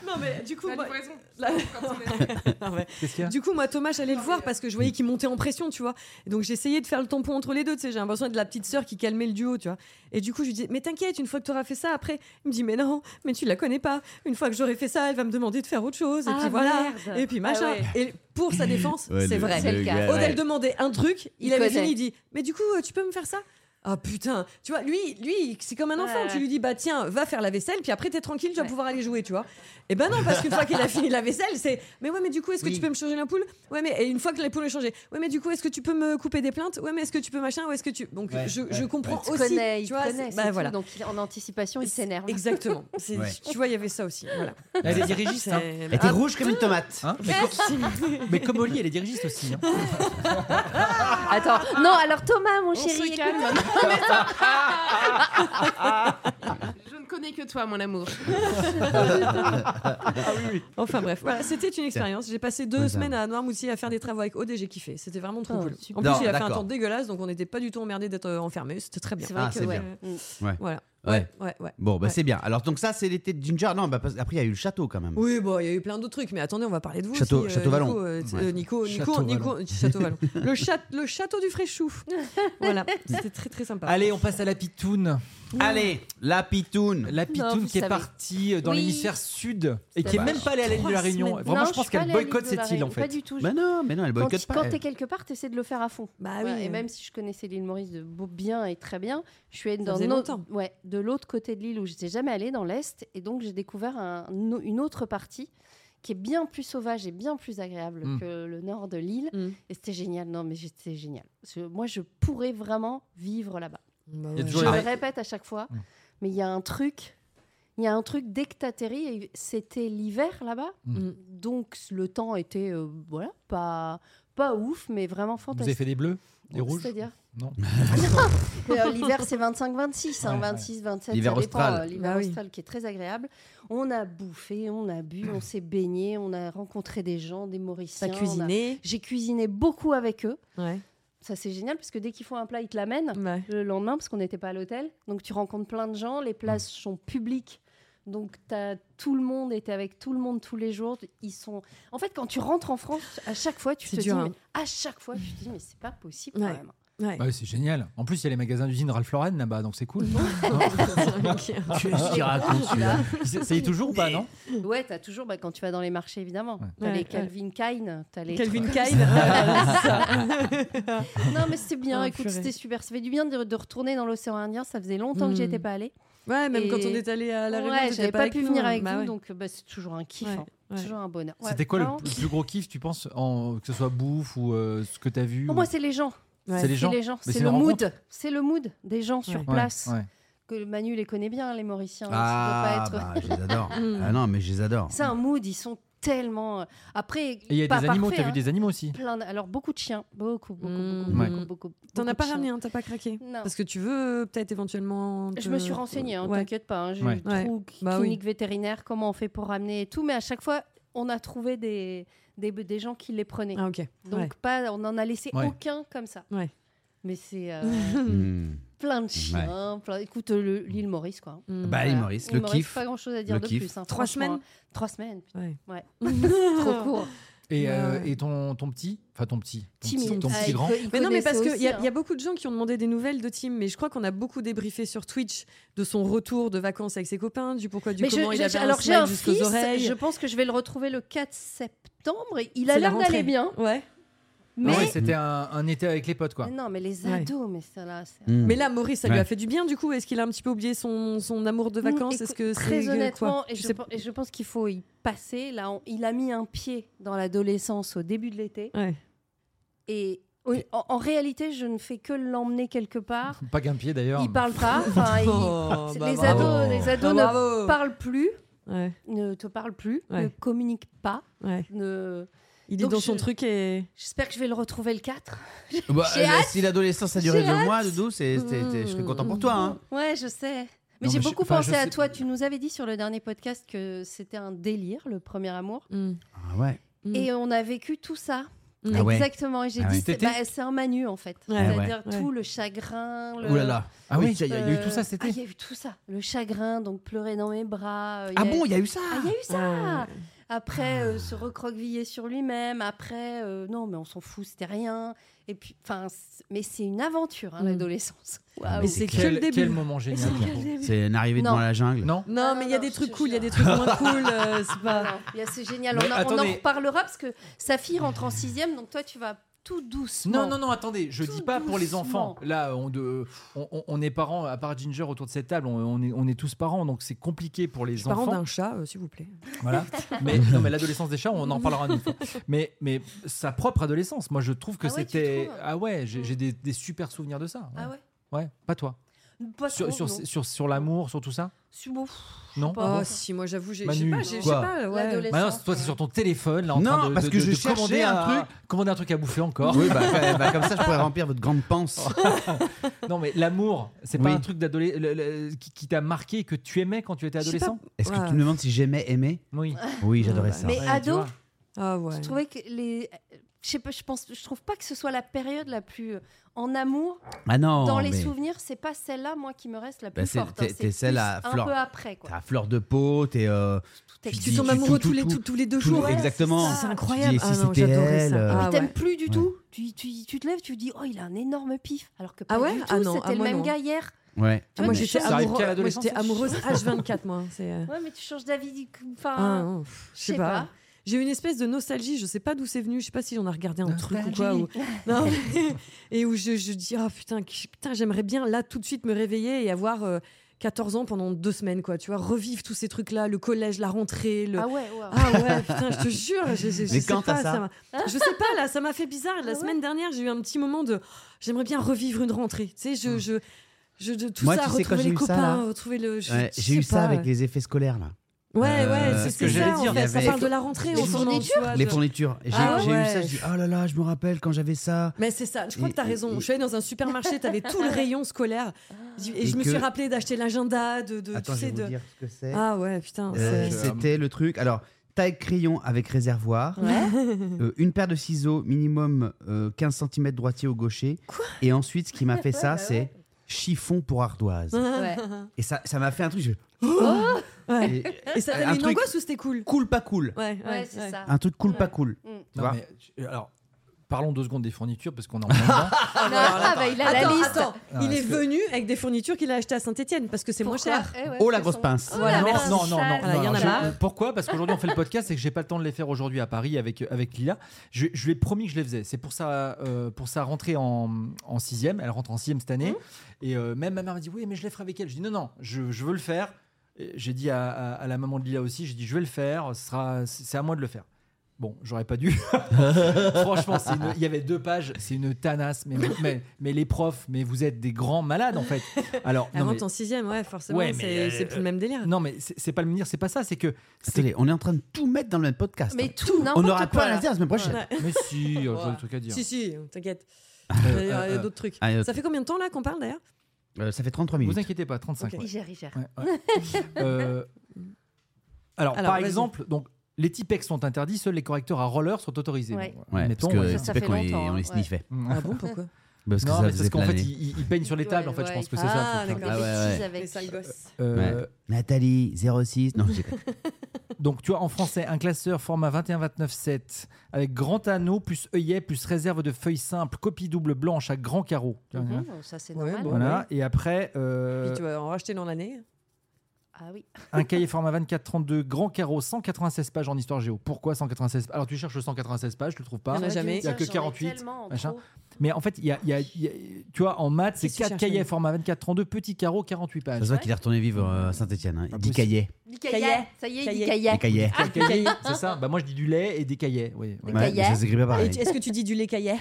Non, mais du coup, la moi, livraison. la- Quand on est- Non, mais- Qu'est-ce qu'il y a Du coup, moi, Thomas, j'allais le voir parce que je voyais qu'il montait en pression, tu vois. Et donc, j'essayais de faire le tampon entre les deux, tu sais. J'ai l'impression de la petite sœur qui calmait le duo, tu vois. Et du coup, je lui disais, mais t'inquiète, une fois que t'auras fait ça, après, il me dit, mais non, mais tu la connais pas. Une fois que j'aurais fait ça, elle va me demander de faire autre chose. Et Ah, puis voilà. merde. Et puis machin. Ah Et pour sa défense, Ouais, c'est le- vrai. C'est le cas. gars, Odell Euh, ouais. demandait un truc, il, Il avait connaît. fini, il dit Mais du coup, euh, tu peux me faire ça Ah putain Tu vois, lui, lui c'est comme un enfant. Ouais. Tu lui dis Bah tiens, va faire la vaisselle, puis après t'es tranquille, tu vas Ouais. pouvoir aller jouer, tu vois. Et ben non, parce qu'une fois qu'il a fini la vaisselle, c'est Mais ouais, mais du coup, est-ce que Oui. tu peux me changer l'ampoule Ouais, mais et une fois que l'ampoule est changée, ouais, mais du coup, est-ce que tu peux me couper des plaintes Ouais, mais est-ce que tu peux machin Ou est-ce que tu. Donc Ouais, je, ouais. je comprends Il aussi. connaît, il tu vois, connaît. c'est- c'est bah tout. voilà. Donc, il- en anticipation, il s'énerve. Exactement. C'est- Ouais. Tu vois, il y avait ça aussi. Voilà. Elle est dirigiste, hein. C'est- ah, Elle était rouge comme une tomate. Hein mais, comme- mais comme Oli, elle est dirigiste aussi. hein. Attends, non, alors Thomas, mon On chéri, se écoute, calme. Non, mais ça- Je ne connais que toi, mon amour. Enfin bref, voilà, c'était une expérience. J'ai passé deux Ouais, ça semaines à Noirmoutier à faire des travaux avec Aude et j'ai kiffé. C'était vraiment trop Oh, cool. super. En plus, Non, il a fait un d'accord. temps dégueulasse, donc on n'était pas du tout emmerdés d'être euh, enfermés. C'était très bien. c'est vrai Ah, que c'est ouais. bien. Mm. Voilà. Ouais. Ouais, ouais. Bon, bah Ouais. c'est bien. Alors, donc, ça, c'est l'été de Ginger. Non, bah, parce- après, il y a eu le château quand même. Oui, bon, il y a eu plein d'autres trucs, mais attendez, on va parler de vous. Château- aussi, Château Vallon. Nico, euh, t- Ouais. euh, Nico, Nico, Château Nico, Château Vallon. Le, chat, le château du Fréchou. voilà, c'était très très sympa. Allez, on passe à la pitoune. Allez, la pitoune. La pitoune vous qui est savez. partie euh, dans Oui. l'hémisphère sud et qui est vrai. même pas allée à l'île de la Trois Réunion. semaines. Vraiment, Non, je pense suis pas qu'elle allée à boycotte l'île de la cette île en Réunion. Pas fait. du tout. je- Bah non, mais non, elle Quand, boycotte pas. quand elle. t'es quelque part, t'essaies de le faire à fond. Bah Voilà, oui. Et même si je connaissais l'île Maurice de beau- bien et très bien, je suis allée Ça dans faisait un autre- longtemps. ouais, de l'autre côté de l'île où j'étais jamais allée, dans l'est, et donc j'ai découvert un- no- une autre partie qui est bien plus sauvage et bien plus agréable Mm. que le nord de l'île. Mm. Et c'était génial. Non, mais c'était génial. Parce que moi, je pourrais vraiment vivre là-bas. Bah Il y a ouais. toujours Je la- le répète à chaque fois, Mm. mais il y a un truc. Il y a un truc dès que t'atterris, et c'était l'hiver là-bas, Mm. donc le temps était euh, voilà pas pas ouf, mais vraiment Vous avez fantastique. fait des bleus, des rouges C'est-à-dire Non. Mais, euh, L'hiver, c'est 25-26, hein, Ouais, ouais. 26-27. L'hiver ça dépend, austral. euh, L'hiver Bah oui. austral qui est très agréable. On a bouffé, on a bu, on s'est baigné, on a rencontré des gens, des Mauriciens. T'as on a- cuisiné. J'ai cuisiné beaucoup avec eux. Ouais. bah, Ça, c'est génial parce que dès qu'ils font un plat, ils te l'amènent Ouais. le lendemain parce qu'on n'était pas à l'hôtel. Donc tu rencontres plein de gens, les places Mm. sont publiques. Donc as, tout le monde était avec tout le monde tous les jours. Ils sont. En fait, quand tu rentres en France, à chaque fois, tu C'est te dur, dis, hein. mais- à chaque fois, tu te dis, mais c'est pas possible Ouais. quand même. Ouais. Bah, c'est génial. En plus, il y a les magasins d'usine Ralph Lauren là-bas, donc c'est cool. Ok. Qu'est-ce qu'il raconte celui-là Ça ça y est toujours ou pas, non Ouais, t'as toujours, bah, quand tu vas dans les marchés, évidemment, t'as Ouais, les ouais. Calvin Klein, t'as les. Calvin Klein. Ça. Non, mais c'est bien, Oh, Ah, écoute, purée. c'était super. Ça fait du bien de, de retourner dans l'océan Indien, ça faisait longtemps que j'y Mm. étais pas allée. Ouais, même Et- quand on est allé à la ouais, Réunion, j'avais j'avais pas, pu venir avec bah vous, ouais. donc bah, c'est toujours un kiff, Ouais, hein. ouais. toujours un bonheur. Ouais, C'était quoi le vraiment. plus gros kiff, tu penses, en... que ce soit bouffe ou euh, ce que t'as vu Pour ou- moi, c'est les gens. Ouais. C'est les gens. C'est les gens, Mais c'est c'est le une mood. C'est le mood des gens sur Ouais. Ouais, place. ouais. Que Manu les connaît bien, les Mauriciens. donc Ah, ça doit pas être. bah, je les adore. Mm. Ah non, mais je les adore. C'est un mood, ils sont tellement. euh, Après, Et il y a pas des animaux, parfait, t'as vu hein. des Hmm. animaux aussi Plein de- Alors, beaucoup de chiens. Beaucoup, beaucoup, Mm. beaucoup, Ouais. beaucoup, beaucoup. T'en beaucoup as pas de chiens. ramené, hein, t'as pas craqué Non. Parce que tu veux euh, peut-être éventuellement. te- Je me suis renseignée, hein, Ouais. t'inquiète pas. hein, J'ai Ouais. eu Ouais. trou, cl- Bah oui. clinique vétérinaire, comment on fait pour ramener et tout. Mais à chaque fois, on a trouvé des, des, des gens qui les prenaient. Ah, ok. Donc, pas, on n'en a laissé Ouais. aucun comme ça. Ouais. Mais c'est euh, Mm. plein de chiens. plein- Écoute, le- l'île Maurice, quoi. ouais. Bah, allez, Maurice, L'île le Maurice, kiff. pas grand chose à dire Le de kiff. plus. hein, Trois franchement. semaines Trois semaines. putain, Ouais. Ouais. Trop Trop court. Et, euh, Ouais, ouais. et ton, ton petit Enfin, ton petit. Ton Timide. petit, ton Ah, petit il grand. co- il Mais non, mais connaissait parce qu'il aussi, y, a- hein. y a beaucoup de gens qui ont demandé des nouvelles de Tim, mais je crois qu'on a beaucoup débriefé sur Twitch de son retour de vacances avec ses copains, du pourquoi du Mais je- comment il je- avait alors j'ai smile un jusqu'aux fils, oreilles. je pense que je vais le retrouver le 4 septembre. et Il C'est a la l'air d'aller rentrée. bien, Ouais. mais Ah ouais, c'était un, un été avec les potes, quoi. Mais non, mais les Ouais. ados, mais ça là, c'est Mm. Mais là, Maurice, ça lui Ouais. a fait du bien du coup. Est-ce qu'il a un petit peu oublié son, son amour de Mm, vacances Est-ce écoute, que c'est très que- honnêtement, quoi et Tu je, sais pen- pas. et je pense qu'il faut y passer. Là, on- il a mis un pied dans l'adolescence au début de l'été, Ouais. et au- en, en réalité, je ne fais que l'emmener quelque part. Pas qu'un pied d'ailleurs. Il parle pas. enfin, il- Oh, bah, les, bravo. ados, les Bah, ados ne bravo. parlent plus, Ouais, ne te parlent plus, Ouais. ne communiquent pas. ouais. ne- Il est Donc dans je- son truc et. J'espère que je vais le retrouver le 4. Bah, J'ai euh, si l'adolescence a duré J'ai deux mois, Doudou, c'est- c'était- Mm. je serais content pour toi. hein. Ouais, je sais. Mais Non, j'ai mais je- beaucoup enfin, je pensé à sais- toi. Tu nous avais dit sur le dernier podcast que c'était un délire, le premier amour. Mm. Ah ouais. Mm. Et euh, on a vécu tout ça. Mm. Ah ouais. Exactement. Et j'ai Ah dit, ouais. c'est Cet été bah, c'est un manu en fait. Ouais. C'est-à-dire Ah ouais. tout le chagrin. Le... Ouh euh, là là. Ah oui, il y a- il y a eu tout ça cet Ah, été il y a eu tout ça. Le chagrin, donc pleurer dans mes bras. euh, il y Ah a- bon, il y a eu ça Ah, il y a eu ça. Ouais. Après, euh, se recroqueviller sur lui-même. Après, euh, non, mais on s'en fout, c'était rien. Et puis, enfin, c'est- mais c'est une aventure, hein, Mm. l'adolescence. Waouh. Mais c'est que quel, le début. quel moment Mais génial. c'est que le début. C'est une arrivée Non. dans la jungle. Non Non, Ah, mais il non, y a non, des je trucs te cool, il y a jure. des trucs moins cool. euh, c'est Ah pas. non, il y a- c'est génial. On, Mais en- on en attendez. reparlera parce que sa fille rentre en sixième, donc toi, tu vas tout doucement. Non, non, non, attendez, je Tout dis pas pour les doucement. enfants. Là, on, de, on, on- on est parents, à part Ginger autour de cette table, on, on est, on est tous parents, donc c'est compliqué pour les Je suis parent enfants. d'un chat, euh, s'il vous plaît. Voilà. mais non, mais l'adolescence des chats, on en parlera une autre fois. Mais, mais sa propre adolescence, moi je trouve que Ah ouais, tu c'était. trouves Ah ouais, j'ai Mm. j'ai des, des super souvenirs de ça. Ah ouais ouais. pas toi. Pas Sur, trop, sur, non. sur, sur l'amour, sur tout ça Sur- bon, Non pas. Oh, si, moi j'avoue, j'ai- je sais Manu. pas, j'ai- je sais Quoi pas. ouais. L'adolescence, Bah non, c'est- toi c'est sur ton téléphone là en Non, train de, parce de- que de- je de cherchais commander un truc. commander un truc à bouffer encore. Oui, bah, bah, bah, comme ça, je pourrais remplir votre grande panse. Non mais l'amour, c'est Oui. pas un truc d'adolescent qui, qui t'a marqué que tu aimais quand tu étais Je sais pas. adolescent Est-ce que Ouais. tu me demandes si j'aimais aimer Oui. Oui, Ah j'adorais bah. ça. Mais Ouais, tu ado, vois. Ah ouais. je trouvais que les. Je sais pas, je pense, je trouve pas que ce soit la période la plus euh, en amour. Ah non, Dans les mais souvenirs, c'est pas celle-là, moi, qui me reste la Bah, plus c'est- forte. hein. t'es- c'est t'es celle plus à un Flore. peu après, quoi. t'as la fleur de peau, t'es. euh, Tout est- tu Tu dis- tombes amoureux tout, tous les tout, tous- tous les deux tout- jours. Ouais, exactement. c'est ça. C'est Ah, incroyable. tu dis, Ah si non, c'était j'adorais elle, ça. euh, Ah Tu t'aimes ouais. plus du tout. Tu, tu, tu te lèves, tu dis, oh, il a un énorme pif. Alors que pas Ah ouais du tout, Ah non, c'était ah, le moi, même non. gars hier. Ah, Ouais. moi Tu vois, j'étais tu- Ça arrive qu'à amoureux- moi, l'adolescence, j'étais ça. amoureuse H24 moi. C'est. euh, Ouais, mais tu changes d'avis. Enfin, ah, non, je sais pas. Ah, pas. J'ai eu une espèce de nostalgie, je sais pas d'où c'est venu, je sais pas si on a regardé un truc ou quoi. Nostalgie. ou- Non, mais- et où je, je dis, ah putain, qui- putain j'aimerais bien là tout de suite me réveiller et avoir euh, 14 ans pendant deux semaines, quoi. Tu vois, revivre tous ces trucs-là, le collège, la rentrée, le. Ah ouais, ouais. Ah ouais, putain, je te jure, je, je- je Mais sais quand pas, t'as ça m'a- je sais pas là, ça m'a fait bizarre. La Ah ouais semaine dernière, j'ai eu un petit moment de, j'aimerais bien revivre une rentrée. Tu sais, je, je, je- de- tout Hmm. Moi, ça, tu sais, quand retrouver j'ai les eu ça, copains, là, retrouver le. je- Ouais, je J'ai sais eu ça pas, avec ouais. les effets scolaires, là. Ouais, Euh, ouais, c'est c'est ce ce que que j'allais j'allais dire. dire, il y ça avait- parle de la rentrée, Les on s'en fournitures. rend Les fournitures. J'ai Ah j'ai eu ouais. ça, je dis, oh là là, je me rappelle quand j'avais ça. Mais c'est ça, je crois que t'as Et- raison. et- Je suis allée dans un supermarché, t'avais tout le rayon scolaire. Et, je Et me suis que- rappelé d'acheter l'agenda, de, de Attends, tu sais, je vais vous de. dire ce que c'est. Ah ouais, Oh, putain. c'est- Euh, c'est- C'était le truc. Alors, taille crayon avec réservoir. Ouais. Euh, une paire de ciseaux, minimum euh, 15 cm droitier ou gaucher. et ensuite, ce qui m'a fait ça, bah Hein. c'est chiffon pour ardoise. Ouais. et ça ça m'a fait un truc. je- Oh, oh Ouais. et- Et ça t'a un mis une truc- angoisse ou c'était cool cool, pas cool. Ouais, Ah, ouais, Ouais, c'est ouais. ça. Un truc cool, pas cool. Mm. Tu vois mais, alors, Parlons deux secondes des fournitures parce qu'on en parle dedans. Ah, bah, il a la Attends, liste. attends, Ah, il est parce que- venu avec des fournitures qu'il a achetées à Saint-Etienne parce que c'est moins cher. Eh ouais, Oh la c'est grosse son- pince. Oh, la non, merde. non, non, non, Ah, il y non, en a je- marre. Pourquoi Parce qu'aujourd'hui on fait le podcast et que j'ai pas le temps de les faire aujourd'hui à Paris avec avec Lila. Je, je lui ai promis que je les faisais. C'est pour ça euh, pour sa rentrée en, en sixième. Elle rentre en sixième cette Mmh. année. Et euh, même ma mère me dit oui mais je les ferai avec elle. Je dis non non je, je veux le faire. Et J'ai dit à, à- à la maman de Lila aussi. J'ai dit je vais le faire. Ce sera c'est à moi de le faire. Bon, j'aurais pas dû. Franchement, c'est une- il y avait deux pages, c'est une tanasse. Mais, mais, mais les profs, mais vous êtes des grands malades en fait. Alors, non, Avant mais- ton sixième, ouais, forcément, Ouais, mais, c'est euh, c'est plus le même délire. non, mais c'est c'est pas le dire, c'est pas ça, c'est que. c'est- Attendez, on est en train de tout mettre dans le même podcast. Mais tout, on n'importe n'aura quoi, pas à là. la dire la semaine prochaine. Ouais. Mais si, euh, j'aurais des trucs à dire. Si, si, t'inquiète. Euh, Il y a- il y euh, a d'autres trucs. Ah, euh, Ça fait combien de temps là qu'on parle d'ailleurs euh, ça fait 33 vous minutes. inquiétez pas, 35. Ok. ouais. Il gère, il gère. Ouais, ouais. Euh, alors, Alors, par vas-y. exemple, donc. Les Tipex sont interdits, seuls les correcteurs à roller sont autorisés. Ouais. Bon, Ouais, mettons, parce que ouais. c'est Ça pas fait qu'on les, longtemps, on les hein, sniffait. Mm. Ah bon, pourquoi Parce que non, ça mais c'est parce faisait qu'en fait, planer. ils, ils peignent sur les tables, en fait, Ouais, je pense que ouais, c'est ça. Ah, le truc. d'accord. des Ah ouais, ouais. bêtises avec- Les sales gosses. Euh, Nathalie, 06. Non, j'ai- Donc, tu vois, en français, un classeur format 21-29-7 avec grand anneau plus œillet plus réserve de feuilles simples, copie double blanche à grand carreau. hein. Mhm, Ça, c'est Ah, Ouais, normal. bon. Voilà, et après, euh, Puis tu vas en racheter dans l'année. Ah oui. Un cahier format 24-32, grand carreau, 196 pages en histoire géo. Pourquoi 196 pages Alors tu cherches le 196 pages, tu le trouves pas. Il y en a jamais. Il y a que 48, machin. Machin. Mais en fait, il y a, il y a- il y a- tu vois, en maths, c'est Qu'est-ce que tu 4 cherches, cahiers Manu format 24-32, petit carreau, 48 ça Ah, pages. se voit qu'il est retourné vivre euh, à Saint-Etienne. Hein. Il dit possible. cahier. Cahier. Ça y est, il Cahier. dit cahier. Des cahiers. Quatre cahiers, c'est ça Bah moi je dis du lait et des cahiers. Oui, ouais. Ouais, mais ça s'écrit pas Et pareil. tu- Est-ce que tu dis du lait caillet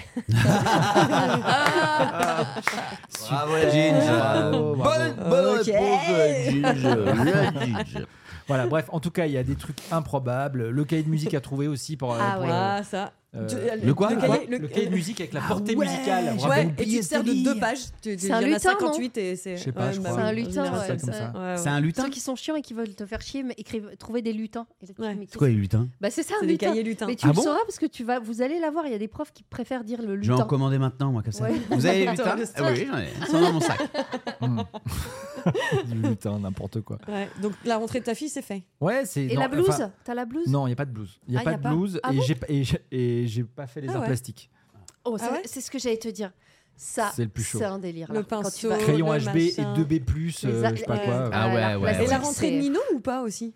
Bravo, Ginge. Ah, Bravo, bravo. Bonne, bonne Ah, Ok. Ah, réponse, Ginge. La Ginge. Voilà, bref, en tout cas, il y a des trucs improbables. Le cahier de musique à trouver aussi pour. euh, Ah pour ouais. le- Ah, ça. euh, Tu- le quoi, Le le quoi cahier, le, cahier de musique avec la portée ouais, musicale. je- J'avais Ouais, et oublié tu te ce sers de délire. deux pages. Tu- tu- C'est un Il y en a lutin, non 58 et c'est. Je sais pas, ouais, je bah crois. oui. C'est un lutin, Général, ouais, ça, c'est comme ça. ça. Ouais, ouais. C'est un lutin Ceux qui sont chiants et qui veulent te faire chier, mais écrivent- trouver des lutins. Et là, tu Ouais. fais, mais C'est quoi les lutins Bah c'est ça, un C'est des lutin. cahiers lutins. Mais tu Ah le bon sauras parce que tu vas, vous allez l'avoir. Il y a des profs qui préfèrent dire le Je vais en lutin. commander maintenant, moi, comme ça. Ouais. Vous avez les Attends, lutins le Ah Oui, j'en ai. Ils sont dans mon sac. Du lutin, n'importe quoi. Ouais, Donc la rentrée de ta fille, c'est fait. Ouais, c'est. Et non, la blouse enfin, T'as la blouse Non, il n'y a pas de blouse. Il n'y a Ah, pas y a de pas. blouse Ah et bon j'ai pas- et j'ai- et j'ai pas fait les Ah arts ouais. plastiques. Oh, ça, Ah ouais c'est ce que j'allais te dire. Ça, C'est le plus chaud. C'est un délire. Le là, quand tu pinceau, vas- Oh, Crayon le HB machin. et 2B, plus, Les euh, a- je sais pas les- quoi. Ah ouais, l'art ouais, Et plastique, la ouais. rentrée de c'est- Nino ou pas aussi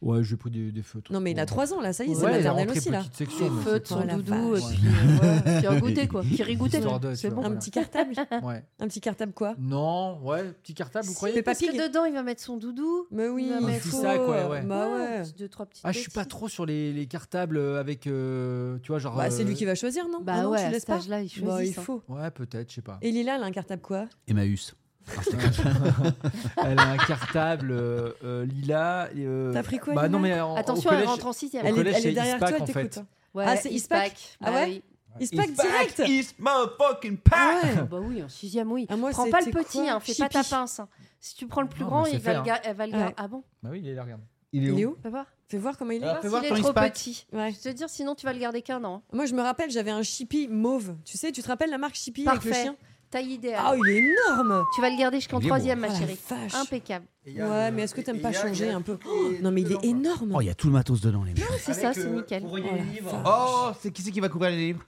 Ouais, j'ai pris des, des feutres. Non, mais il a 3 ans là, ça y est, c'est Ouais, la maternelle rentrée aussi là. petite section, Des mais feux de c'est Oh pas- son la doudou, et vache. puis euh, ouais, puis un goûter quoi, qui rigoutait Histoire quoi. de, C'est tu bon. vois. Un Voilà. petit cartable Ouais. Un petit cartable quoi Non, ouais, petit cartable, vous croyez Peppa Parce que Pig. dedans, il va mettre son doudou. Mais oui, Il va mettre ça, faut, quoi, ouais. Bah ouais. Deux, trois petites. Ah, je suis pas bêtises. trop sur les, les cartables avec, euh, tu vois, genre. Bah, c'est euh, lui qui va choisir, non Bah Ah non, ouais, tu à laisses cet pas âge-là, Bah, il il choisit. faut. Ouais, peut-être, je sais pas. Et Lila, elle a un cartable quoi Emmaüs. Ah, Elle a un cartable euh, euh, lila. et, euh, T'as pris quoi, Bah Lila non, mais en- Attention, au elle collège, rentre en 6 au Elle est, collège, elle est c'est derrière Ispac, toi, en elle fait. t'écoute. hein. Ouais, Ah, c'est Ispac. Bah Ah ouais oui. Il se pack It's back, direct It's motherfucking Ah pack ouais. Bah oui, en 6 oui. Ah, moi, Prends pas le c'était petit, quoi hein, fais pas ta Chippy. pince. hein. Si tu prends le plus Non, grand, mais c'est il va fait, le hein. ga- elle va le garder. Ouais. Ah bon Bah oui, il est là, regarde. Il est où Fais voir. Fais voir comment il est. Ah, fais voir S'il ton est trop Ispac. petit. Ouais. Je vais te dire, sinon tu vas le garder qu'un an. Moi, je me rappelle, j'avais un Chippy mauve. Tu sais, tu te rappelles la marque Chippy avec le Parfait. chien Taille idéale. Ah, il est énorme Tu vas le garder jusqu'en Il est troisième, ma Oh la chérie. vache. Impeccable. Ouais, mais est-ce que t'aimes pas changer un peu Oh, Non, mais il est énorme Oh, il y a tout le matos dedans, les mecs. C'est ça, c'est nickel. Oh, la vache. Oh, c'est qui c'est qui va couper les livres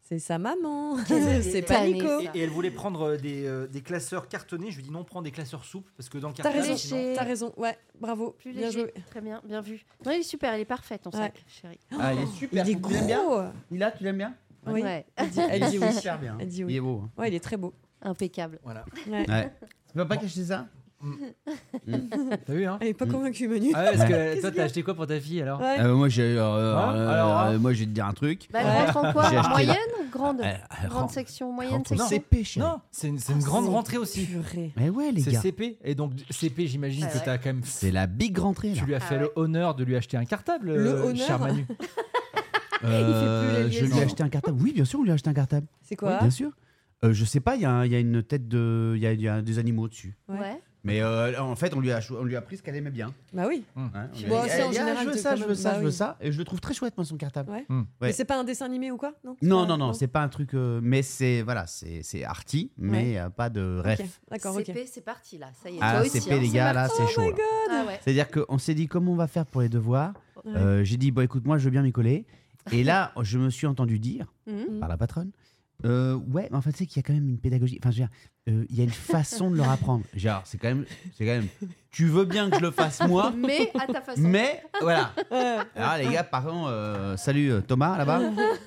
C'est sa maman Quelle C'est pas année, Nico ça. Oh, Et, et elle voulait prendre euh, des, euh, des classeurs cartonnés. Je lui dis non, prends des classeurs souples parce que dans le T'as carton. raison, sinon- t'as raison, ouais, bravo, Plus bien léger. joué. Très bien, bien vu. Non, il est super, il est parfait ton sac, chérie. Ah, il est Il super. est Tu l'aimes bien gros Mila, tu l'aimes bien Oui, Ouais, elle dit- elle dit Il oui. est super bien. Elle dit oui. Il est beau. Ouais, il est très beau. impeccable. Voilà. Ouais. hein. Ouais. Tu vas pas cacher ça T'as vu, hein Elle est pas convaincue, Manu. Ah ouais, parce que Qu'est-ce toi, qu'il y a t'as acheté quoi pour ta fille alors Ouais. Mm. Euh, Moi, j'ai. euh, Hein euh, Alors, hein euh, Moi, je vais te dire un truc. Bah, elle rentre en J'ai quoi acheté Moyenne ou grande Euh, elle Grande rentre- section, elle moyenne rentre au section. CP, chérie. Non, c'est une, c'est une grande Ah, c'est rentrée aussi. Purée. Mais ouais, les C'est gars. CP. Et donc, CP, j'imagine Ah que ouais. t'as quand même. C'est la big rentrée, là. Tu lui as Ah fait ouais. le honneur de lui acheter un cartable, Le euh, honneur cher Manu. Euh, Eh, les je lui ai liaisons. acheté un cartable. Oui, bien sûr, on lui a acheté un cartable. C'est Oui, quoi Bien sûr. Euh, Je sais pas, il y, a un- il y a une tête de. Il y a- il y a des animaux dessus. Ouais. Ouais. Mais euh, en fait, on lui, a, cho- on lui a pris ce qu'elle aimait bien. Bah oui. Hein, on lui a Bon, dit, c'est eh, en viens, général, je veux t'es ça, quand je veux même- ça, bah je veux oui. ça. Et je le trouve très chouette, moi, son cartable. Ouais. Ouais. Mais c'est pas un dessin animé ou quoi Non, c'est Non, pas- non, non, c'est pas un truc. euh, mais c'est voilà, c'est c'est arty, mais euh, pas de ref. Ok, D'accord, ok. Bah CP, c'est parti là. Ça y est, Ah, toi aussi. CP, hein, les c'est gars, là, parti. c'est Oh chaud. là. Ah ouais. C'est-à-dire qu'on s'est dit comment on va faire pour les devoirs. Ouais. Euh, J'ai dit, bon, écoute, moi, je veux bien m'y coller. Et là, je me suis entendu dire Mhm. par la patronne. Euh, ouais, mais enfin, tu sais qu'il y a quand même une pédagogie. Enfin, je veux dire, euh, il y a une façon de leur apprendre. Genre, c'est quand même, c'est quand même. Tu veux bien que je le fasse moi, Mais à ta façon. mais voilà. Alors les gars, par contre, euh, salut euh, Thomas là-bas.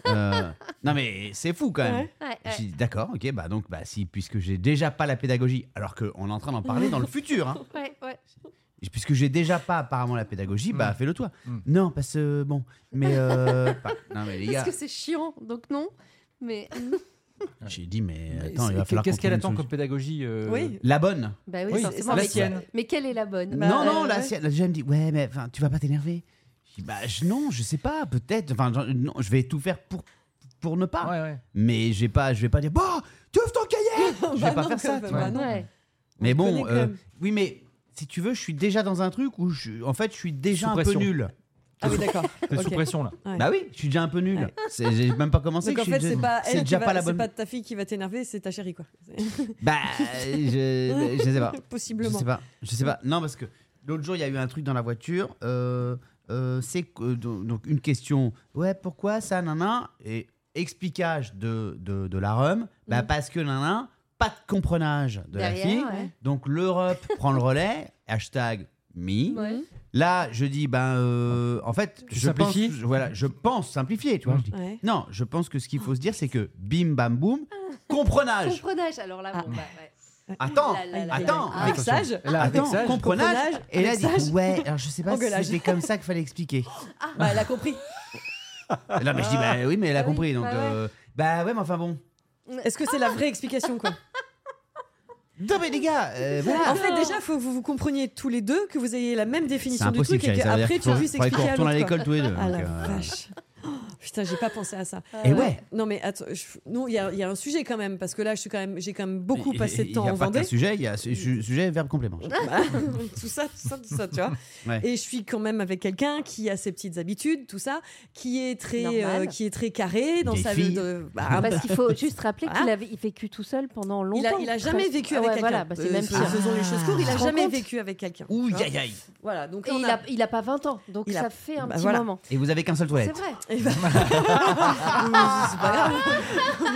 Euh, non mais c'est fou quand même. Ouais, ouais. J'ai dit, D'accord, ok, bah donc bah si puisque j'ai déjà pas la pédagogie, alors qu'on est en train d'en parler dans le futur, hein. Ouais, ouais. Et puisque j'ai déjà pas apparemment la pédagogie, bah fais-le toi. Mm. Non parce que bon, mais euh, pas- non mais les gars, Parce que c'est chiant, donc non. Mais j'ai dit mais attends, il va Et falloir Qu'est-ce qu'on qu'elle trouve attend une comme pédagogie euh, Oui. la bonne. bah oui, Oui, forcément. la mais, sienne. mais quelle est la bonne non, non, euh, la ouais. sienne. La deuxième me dit Ouais, mais enfin, tu vas pas t'énerver. Je dis Bah, je- non, je sais pas, peut-être. Enfin, genre, non, je vais tout faire pour, pour ne pas. Ah. Ouais, ouais. Mais j'ai pas, je vais pas dire Bah, tu ouvres ton cahier Je vais Bah pas non, faire ça. quand même, tu vois. bah non. Ouais. Mais On connaît bon, quand euh, même. oui, mais si tu veux, je suis déjà dans un truc où, je, en fait, je suis déjà Sous un peu pression. nul. Ah oui, d'accord. T'es sous Ok. pression là. Ouais. Bah oui, je suis déjà un peu nul. C'est- J'ai même pas commencé. Donc que en je suis fait, déjà- c'est pas elle, qui déjà va- pas la c'est bonne. pas ta fille qui va t'énerver, c'est ta chérie quoi. Bah, je, je sais pas. Je Possiblement. sais pas, je sais pas. Non, parce que l'autre jour, il y a eu un truc dans la voiture. euh, euh, c'est que- euh, donc donc une question. Ouais, pourquoi ça, nanan Et expliquage de, de, de la RUM. Bah, Mhm. parce que nanan, pas de comprenage de Derrière, la fille. ouais. Donc l'Europe prend le relais. Hashtag me. Ouais. Là, je dis, ben, euh, en fait, Tu je pense, simplifies je- voilà, je pense simplifier, tu vois. Mhm. je dis. Ouais. Non, je pense que ce qu'il faut se dire, c'est que bim, bam, boum, Ah. comprenage. Comprenage, alors là, Ah. bon, bah, ouais. Attends, Oh Là, là, là, attends, là. Avec sage. Là, avec Attends, ça, comprenage. comprenage, Et là, elle mixage. dit, Ah. ouais, alors je sais pas si Engueulage. c'était comme ça qu'il fallait expliquer. Bah, elle a compris. Et Là, mais je dis, bah oui, mais elle a Ah oui, compris. Donc, bah ouais. euh, bah ouais, mais enfin bon. Est-ce que c'est la vraie explication quoi Non, mais les gars, euh, voilà. En fait, déjà, faut que vous vous compreniez tous les deux, que vous ayez la même définition du truc et Karine, ça veut dire qu'après qu'il tu faut- puisses faudrait qu'on expliquer à retourne à l'autre. quoi. l'école tous les deux. Ah donc, la euh, vache. Oh, Ah, Putain, j'ai pas pensé à ça. Et ouais. Non mais attends, je- nous il y, a- il y a un sujet quand même parce que là je suis quand même j'ai quand même beaucoup il- passé il- de temps il y a en pas Vendée. qu'un sujet, il y a su- su- sujet, verbe, complément. Bah, tout ça, tout ça, tout ça, tu vois. Ouais. Et je suis quand même avec quelqu'un qui a ses petites habitudes, tout ça, qui est très, Normal. euh, qui est très carré dans Vieille sa fille. de- bah, un peu- Ah, Parce qu'il faut juste rappeler Voilà. qu'il avait il vécu tout seul pendant longtemps. Hein il a, il a jamais vécu Ah avec ouais, quelqu'un. Voilà, bah, c'est Euh, même fais- pire. Faisons les choses courtes. Il a Tu te jamais rends compte vécu avec quelqu'un. Ouh, tu vois. aïe, aïe. Voilà. Donc Et là, on il a- a, il a pas 20 ans, donc Il a- ça fait un Bah, petit voilà. moment. Et vous avez qu'un seul C'est toilette. vrai. Eh ben- c'est pas grave.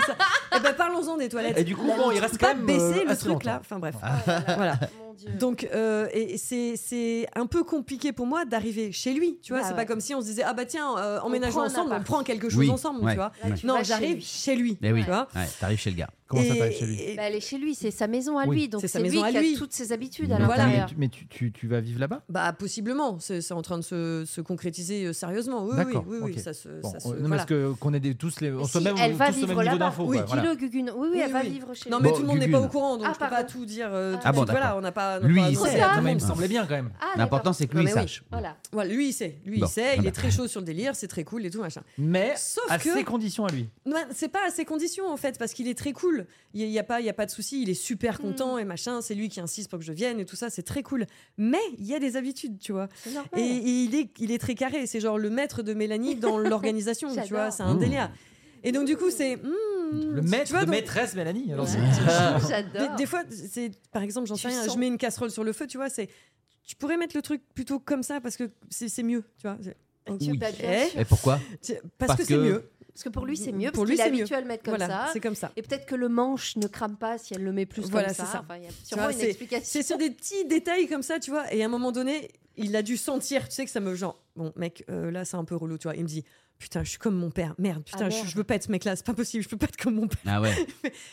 Ça- Eh ben, parlons-en des toilettes. Et du coup, Là, bon, il tu reste peux quand pas même, baisser euh, le assez truc là. longtemps. Enfin bref. Ah, voilà. Voilà. Mon Dieu. Donc, euh, et c'est, c'est un peu compliqué pour moi d'arriver chez lui. Tu vois, Ah c'est ouais. pas comme si on se disait, ah bah tiens, euh, emménageons prend un ensemble, on appart. prend quelque chose Oui, ensemble, ouais, tu vois. Là, tu Non, vas chez j'arrive lui. chez lui. Eh oui. Tu vois Ouais, t'arrives chez le gars. Comment ça Et- t'arrive chez lui et- Bah, elle est chez lui, c'est sa maison à Oui, lui, donc c'est sa c'est lui maison à qui a lui. toutes ses habitudes à Mais voilà. l'intérieur. Mais tu, tu, tu vas vivre là-bas Bah, possiblement, c'est, c'est en train de se, se concrétiser euh, sérieusement. Oui, oui, D'accord, oui, oui, ok. ça se. Bon, ça se- euh, Non, mais voilà. parce que- qu'on est des- tous les. On Mais soit si, même, elle va tous au même vivre niveau là-bas. d'info. Oui, quoi, voilà. Dis-le, Gugune. Oui, oui, Oui, elle va oui. vivre chez Non, lui. mais Bon, tout le monde n'est pas Gugune. au courant, donc Ah, je peux pas pardon. tout dire. euh, tout Ah de bon, suite. voilà, d'accord. on n'a pas. on n'a Lui, pas il trop sait. de- Ah, Non, mais il me Bon. semblait bien quand même. Ah, L'important, d'accord. c'est que Non, lui, il mais oui. sache. Voilà. Voilà, lui, il sait. Lui, Bon, Ah, il sait, très il bien. est très chaud sur le délire, c'est très cool et tout, machin. Mais Sauf à que- ses conditions à lui. Ouais, c'est pas à ses conditions en fait, parce qu'il est très cool. Il n'y a, pas- il y a pas de souci, il est Mm. super content et machin. C'est lui qui insiste pour que je vienne et tout ça, c'est très cool. Mais il y a des habitudes, tu vois. C'est normal. Et, et il, est, il est très carré. C'est genre le maître de Mélanie dans l'organisation, tu vois. J'adore. C'est un Mmh. délire. Et donc, du coup, c'est. hmm, Le tu maître vois, de donc, maîtresse Mélanie. alors c'est- Des, J'adore. des fois, c'est par exemple, j'en Tu sais rien, sens. je mets une casserole sur le feu, tu vois. C'est. Tu pourrais mettre le truc plutôt comme ça parce que c'est c'est mieux, tu vois. C'est- Tu- bah, bien Eh, sûr. Et pourquoi tu- Parce, Parce que, c'est que- mieux. Parce que pour lui, c'est mieux. Pour Pour lui, lui, c'est c'est mieux. habitué à le mettre comme voilà, ça. c'est comme ça. Et peut-être que le manche ne crame pas si elle le met plus Voilà, comme c'est ça. ça. Enfin, il y a sûrement vois, une c'est- explication. C'est sur des petits détails comme ça, tu vois. Et à un moment donné, il a dû sentir, tu sais, que ça me genre, bon, mec, euh, là, c'est un peu relou, tu vois. Il me dit, putain, je suis comme mon père, merde, putain, Ah, je- merde. Je, veux pas être ce mec-là, c'est pas possible, je peux pas être comme mon père. Ah ouais.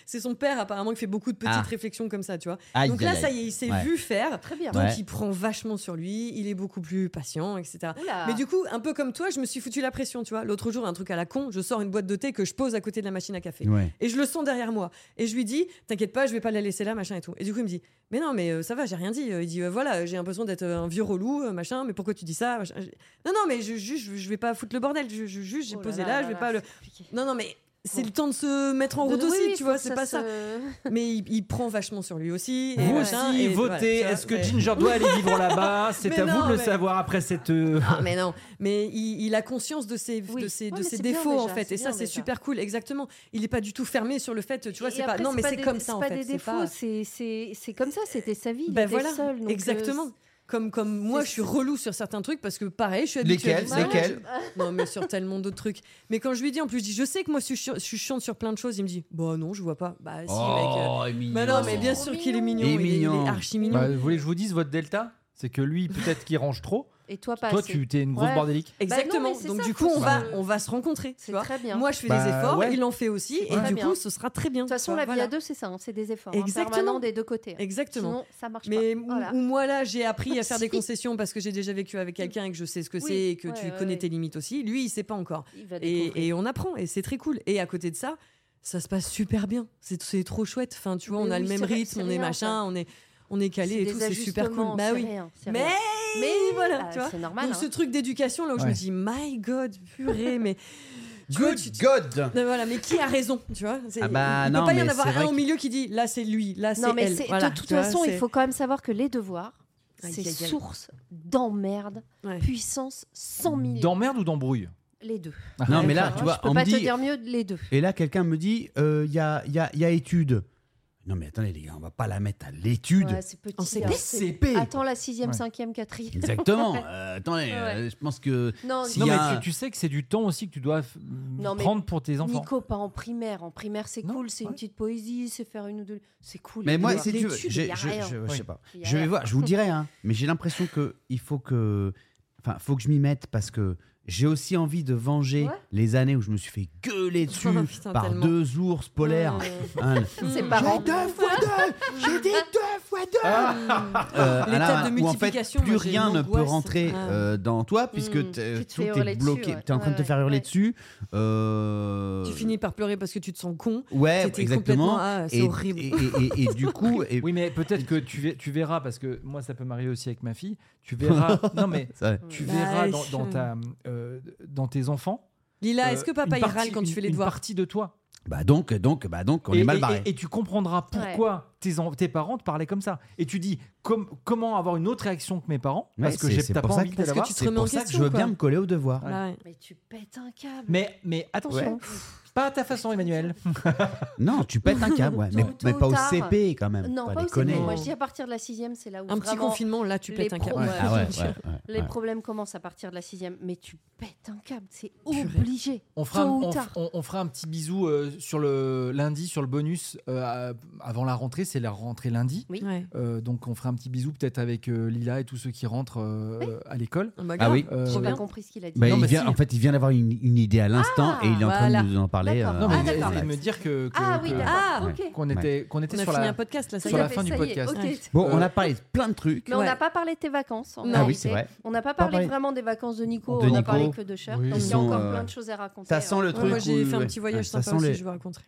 C'est son père, apparemment, qui fait beaucoup de petites Ah. réflexions comme ça, tu vois. Aïe, Donc là, aïe, ça aïe. y est, il s'est Ouais. vu faire. Très bien. Donc Ouais. il prend vachement sur lui, il est beaucoup plus patient, etc. Oula. Mais du coup, un peu comme toi, je me suis foutu la pression, tu vois. L'autre jour, un truc à la con, je sors une boîte de thé que je pose à côté de la machine à café. Ouais. Et je le sens derrière moi. Et je lui dis, t'inquiète pas, je vais pas la laisser là, machin et tout. Et du coup, il me dit, mais non, mais euh, ça va, j'ai rien dit. Euh, Il dit, euh, voilà, j'ai l'impression d'être euh, un vieux relou, euh, machin, mais pourquoi tu dis ça machin. Je- Non, non, mais je, juste, je, je vais pas foutre le bordel. Je, je- juste, j'ai Oh là posé là là, là je vais là, pas le. c'est compliqué. Non, non, mais c'est Bon. le temps de se mettre en route Oui, aussi, oui, tu faut vois, que c'est pas ça. se- Mais il, il prend vachement sur lui aussi. et Vous machin, aussi, et voilà, votez. tu vois, Est-ce que c'est- Ginger doit aller vivre là-bas C'est Mais à vous non, de le mais- savoir après cette. euh, Ah, mais non, mais il, il a conscience de ses, Oui. de ses, Ouais, de mais ses c'est bien défauts en déjà, fait, et c'est ça bien c'est déjà. super cool, exactement. Il est pas du tout fermé sur le fait, tu vois, Et c'est pas. après, Non, mais c'est des- comme ça en C'est fait. pas des c'est défauts, pas- c'est- c'est c'est comme ça, c'était sa vie. Il Ben était voilà, seul. donc, euh, exactement. Comme, comme moi, je suis relou sur certains trucs parce que pareil, je suis habituée. à Lesquels vivre ça. Lesquels Non, mais sur tellement d'autres trucs. Mais quand je lui dis, en plus, je dis, je sais que moi, je suis, chi- je suis chiante sur plein de choses. Il me dit, bah non, je vois pas. Bah si, mec. euh. Oh, mignon. Bah non, mais bien Trop sûr qu'il est mignon. mignon. Il est, Il est il est mignon. archi mignon. Bah, vous voulez que je vous dise votre delta C'est que lui, peut-être qu'il range trop. Et toi, pas Toi, assez. tu t'es une grosse Ouais. bordélique. Exactement. Bah non, mais c'est Donc ça, du coup, on faut va, se- on va se rencontrer. Tu C'est vois. très bien. Moi, je fais Bah, des efforts, ouais. il en fait aussi, et très du bien. coup, ce sera très bien. De toute façon, tu la vois, vie à voilà. deux, c'est ça, hein, c'est des efforts hein, Exactement. permanents des deux côtés. hein. Exactement. Sinon, ça marche Mais pas. ou- Voilà. ou moi là, j'ai appris à faire des Si. concessions parce que j'ai déjà vécu avec quelqu'un et que je sais ce que Oui, c'est et que ouais, tu ouais, connais ouais. tes limites aussi. Lui, il sait pas encore. Il va découvrir. Et, et on apprend et c'est très cool. Et à côté de ça, ça se passe super bien. C'est c'est trop chouette. Enfin, tu vois, Mais on a oui, le même c'est ri- rythme, c'est on est rien, machin, ça. on est on est calé et des tout, c'est super cool. ajustements, Bah c'est oui. rien, c'est Mais rien. mais voilà, Ah, tu vois. C'est normal. Donc hein. ce truc d'éducation là où je Ouais. me dis my god, purée, mais Toi, Good tu- tu- God Non, voilà, mais qui a raison, tu vois C'est- Ah bah, Il non, peut pas y en mais avoir c'est un vrai au milieu qui dit là c'est lui, là c'est Non, mais elle. c'est- Voilà, de toute tu vois, façon, c'est- il faut quand même savoir que les devoirs, Aïe, c'est aïe, aïe. source d'emmerde, Ouais. puissance 100 000. D'emmerde ou d'embrouille Les deux. Ah, Non, mais là, Moi, tu vois, je peux on me pas te dit. dire mieux, les deux. Et là, quelqu'un me dit euh, il y, a, il y, a, il y a étude. Non, mais attendez, les gars, on va pas la mettre à l'étude. Ouais, c'est petit. En CP. hein, c'est- CP Attends la 6ème, Ouais. 5ème, 4ème. Exactement. Euh, attendez, Ouais. euh, je pense que. Non, Si. Non, Il y mais a- tu, tu sais que c'est du temps aussi que tu dois f- mais prendre pour tes enfants. Nico, pas en primaire. En primaire, c'est Non, cool, c'est une ouais. petite poésie, c'est faire une ou deux. C'est cool. Mais les moi, devoirs. si tu veux, L'étude, j'ai- y a je, rien. je- je sais pas. Il y a Je vais rien. voir, je vous dirai, hein, mais j'ai l'impression que il faut que. Enfin, faut que je m'y mette parce que j'ai aussi envie de venger Ouais. les années où je me suis fait gueuler dessus Putain, par tellement. deux ours polaires. euh, Hein, le- C'est Hmm. parents. J'ai deux fois deux J'ai dit deux fois deux Euh, Les alors, tables de où en fait, multiplication, plus moi, j'ai rien une ne peut angoisse. rentrer Ah. euh, dans toi Mm. puisque t'es- Tu te tout fais hurler est bloqué. dessus, ouais. T'es en train de te Ouais, faire hurler ouais. dessus. Euh, Tu finis par pleurer parce que tu te sens con. Ouais, C'était complètement. Eh, exactement. Ah, c'est Et, horrible. et, et- et- et du coup, et, Oui, mais peut-être que tu, ver- tu verras, parce que moi, ça peut m'arriver aussi avec ma fille. Tu verras. non, mais ça- Mmh. tu Bah, verras je- dans, dans ta, euh, dans tes enfants. Lila, euh, est-ce que papa une il partie- râle quand tu une- fais les une devoirs partie de toi. bah donc, donc, bah donc, on et, est mal et- barré. Et, et tu comprendras pourquoi tes, en- tes parents te parlaient comme ça. Et tu dis com- comment avoir une autre réaction que mes parents Ouais, Parce que c'est- j'ai c'est t'as pour pas ça envie que- de les Parce que avoir. tu te C'est remets en pour ça question. que je veux quoi. bien me coller au devoir. Ouais. Mais tu pètes un câble. Mais, mais attention, Ouais. pas à ta façon, Emmanuel. Non, tu pètes un câble, ouais, mais, Tôt mais ou pas au tard. CP quand même. Non, pas, au déconner. CP. Moi, je dis à partir de la 6ème, c'est là où Un petit vraiment confinement, là, tu les pètes un câble. pros, Ouais, Ouais, ah ouais, bien sûr. ouais, ouais, les ouais. problèmes commencent à partir de la 6ème. Mais tu pètes un câble, c'est Purée. obligé. On fera, un, Tôt ou on, tard. on- on fera un petit bisou euh, sur le lundi, sur le bonus euh, à- avant la rentrée. C'est la rentrée lundi. Oui. Ouais. Euh, donc on fera un petit bisou peut-être avec euh, Lila et tous ceux qui rentrent euh, à l'école. Ah, bah, Ah grave. oui. Euh, J'ai Trop pas bien. compris ce qu'il a dit. Bah, Non, il mais vient, si. En fait, il vient d'avoir une, une idée à l'instant Ah, et il est en train voilà. de nous en parler. D'accord. Non, euh, mais Ah, elle- d'accord. elle voilà. me dire que, que- Ah oui, euh, que- d'accord. Ah, ok. qu'on était, qu'on était On a sur fini la. un podcast là, ça sur y la est. Ça fin fait- du ça y est, podcast. ok. Ouais. Bon, on Euh, a parlé de plein de trucs. Mais on Ouais. n'a pas parlé de tes vacances. en Ah oui, réalité. c'est vrai. On n'a pas Pas parlé parlé. vraiment des vacances de Nico, De on Nico. n'a parlé que de Cher. Oui. Donc il y Ils a sont, encore euh, plein de choses à raconter. Ça sent le Ouais, truc. moi j'ai où- fait un petit voyage ça sympa sent aussi, le- je vous raconterai.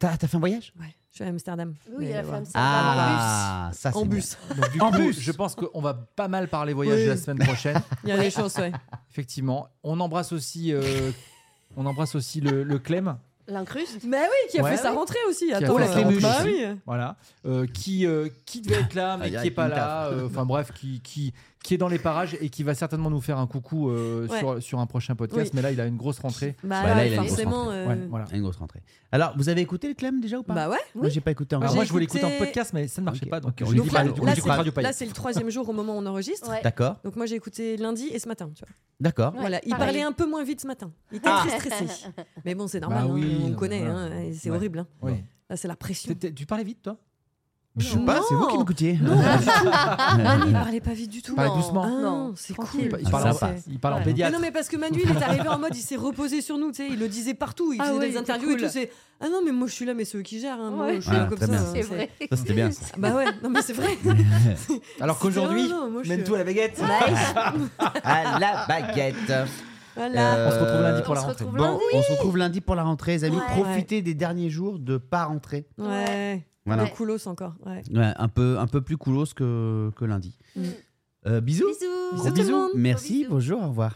T'as t'as fait un voyage Ouais, je suis à Amsterdam. Oui, Mais, il a euh, fait voilà. Amsterdam Ah, ça c'est En bien. bus. Donc, du En coup, bus. je pense qu'on va pas mal parler voyage Oui. de la semaine prochaine. Il y a des chances, ouais. Effectivement, on embrasse aussi, euh, on embrasse aussi le, le Clem, en bus. L'incruste. Mais oui, qui a Ouais. fait sa rentrée aussi. a Attends, fait euh, sa rentrée bah aussi. oui. voilà, euh, qui euh, qui devait être là mais Aïe, qui est aïe, pas une là. taf. euh, Enfin bref, qui qui qui est dans les parages et qui va certainement nous faire un coucou euh, Ouais. sur sur un prochain podcast. Oui. Mais là, il a une grosse rentrée. Bah, Bah, là, ouais, il a une grosse forcément. rentrée. euh, Ouais, voilà. Une grosse rentrée. Alors, vous avez écouté le Clem déjà ou pas Bah ouais. Moi, j'ai pas écouté Alors encore. moi, je voulais écouter en écouté- podcast, mais ça ne marchait Ok, pas. Donc, ok, on je lui dis dit pas, pas, du on coup, lui Là, dit j'écoute pas. Radio c'est- Paille. là, c'est le troisième jour au moment où on enregistre. Ouais. D'accord, Donc moi j'ai écouté lundi et ce matin. Tu vois. d'accord. Ouais, voilà, il pareil. parlait un peu moins vite ce matin. Il était Ah. très stressé. Mais bon, c'est normal, Bah hein, oui, on non, connaît, voilà. hein, et c'est Ouais. horrible. hein. Oui. Là, c'est la pression. T'es- t'es- Tu parlais vite, toi Je sais pas, c'est vous qui Non. m'écoutiez. Non, pas du tout. Manu, Ah, il parlait pas vite du tout. Parle Non, doucement. Ah, non, c'est tranquille. cool. Bah, Il parle, Ah, en, sympa. il parle en Ouais. Mais pédiatre. non, mais parce que Manu, il est arrivé en mode, il s'est reposé sur nous, tu sais, il le disait partout, il Ah faisait ouais, des il était interviews cool. et tout. C'est ah non, mais moi je suis là, mais c'est eux qui gèrent, hein, moi, Ouais. je suis là Ah, Ouais, comme Ah, très ça. bien. hein, C'est vrai. Ça, c'était bien. ça. Bah ouais, non mais c'est vrai. Alors qu'aujourd'hui, Non, non, moi, je suis- mène-toi à la baguette. à la baguette. Euh, Voilà. On se retrouve lundi pour On la se rentrée. retrouve Bon, lundi. on se retrouve lundi pour la rentrée, les amis. Ouais. Profitez des derniers jours de pas rentrer. Ouais. Voilà. Le Coolos encore. Ouais. Ouais, un, peu, un peu plus coolos que, que lundi. Mm. Euh, bisous. Bisous. Bisous tout le monde. Merci, Bisous. bonjour, au revoir.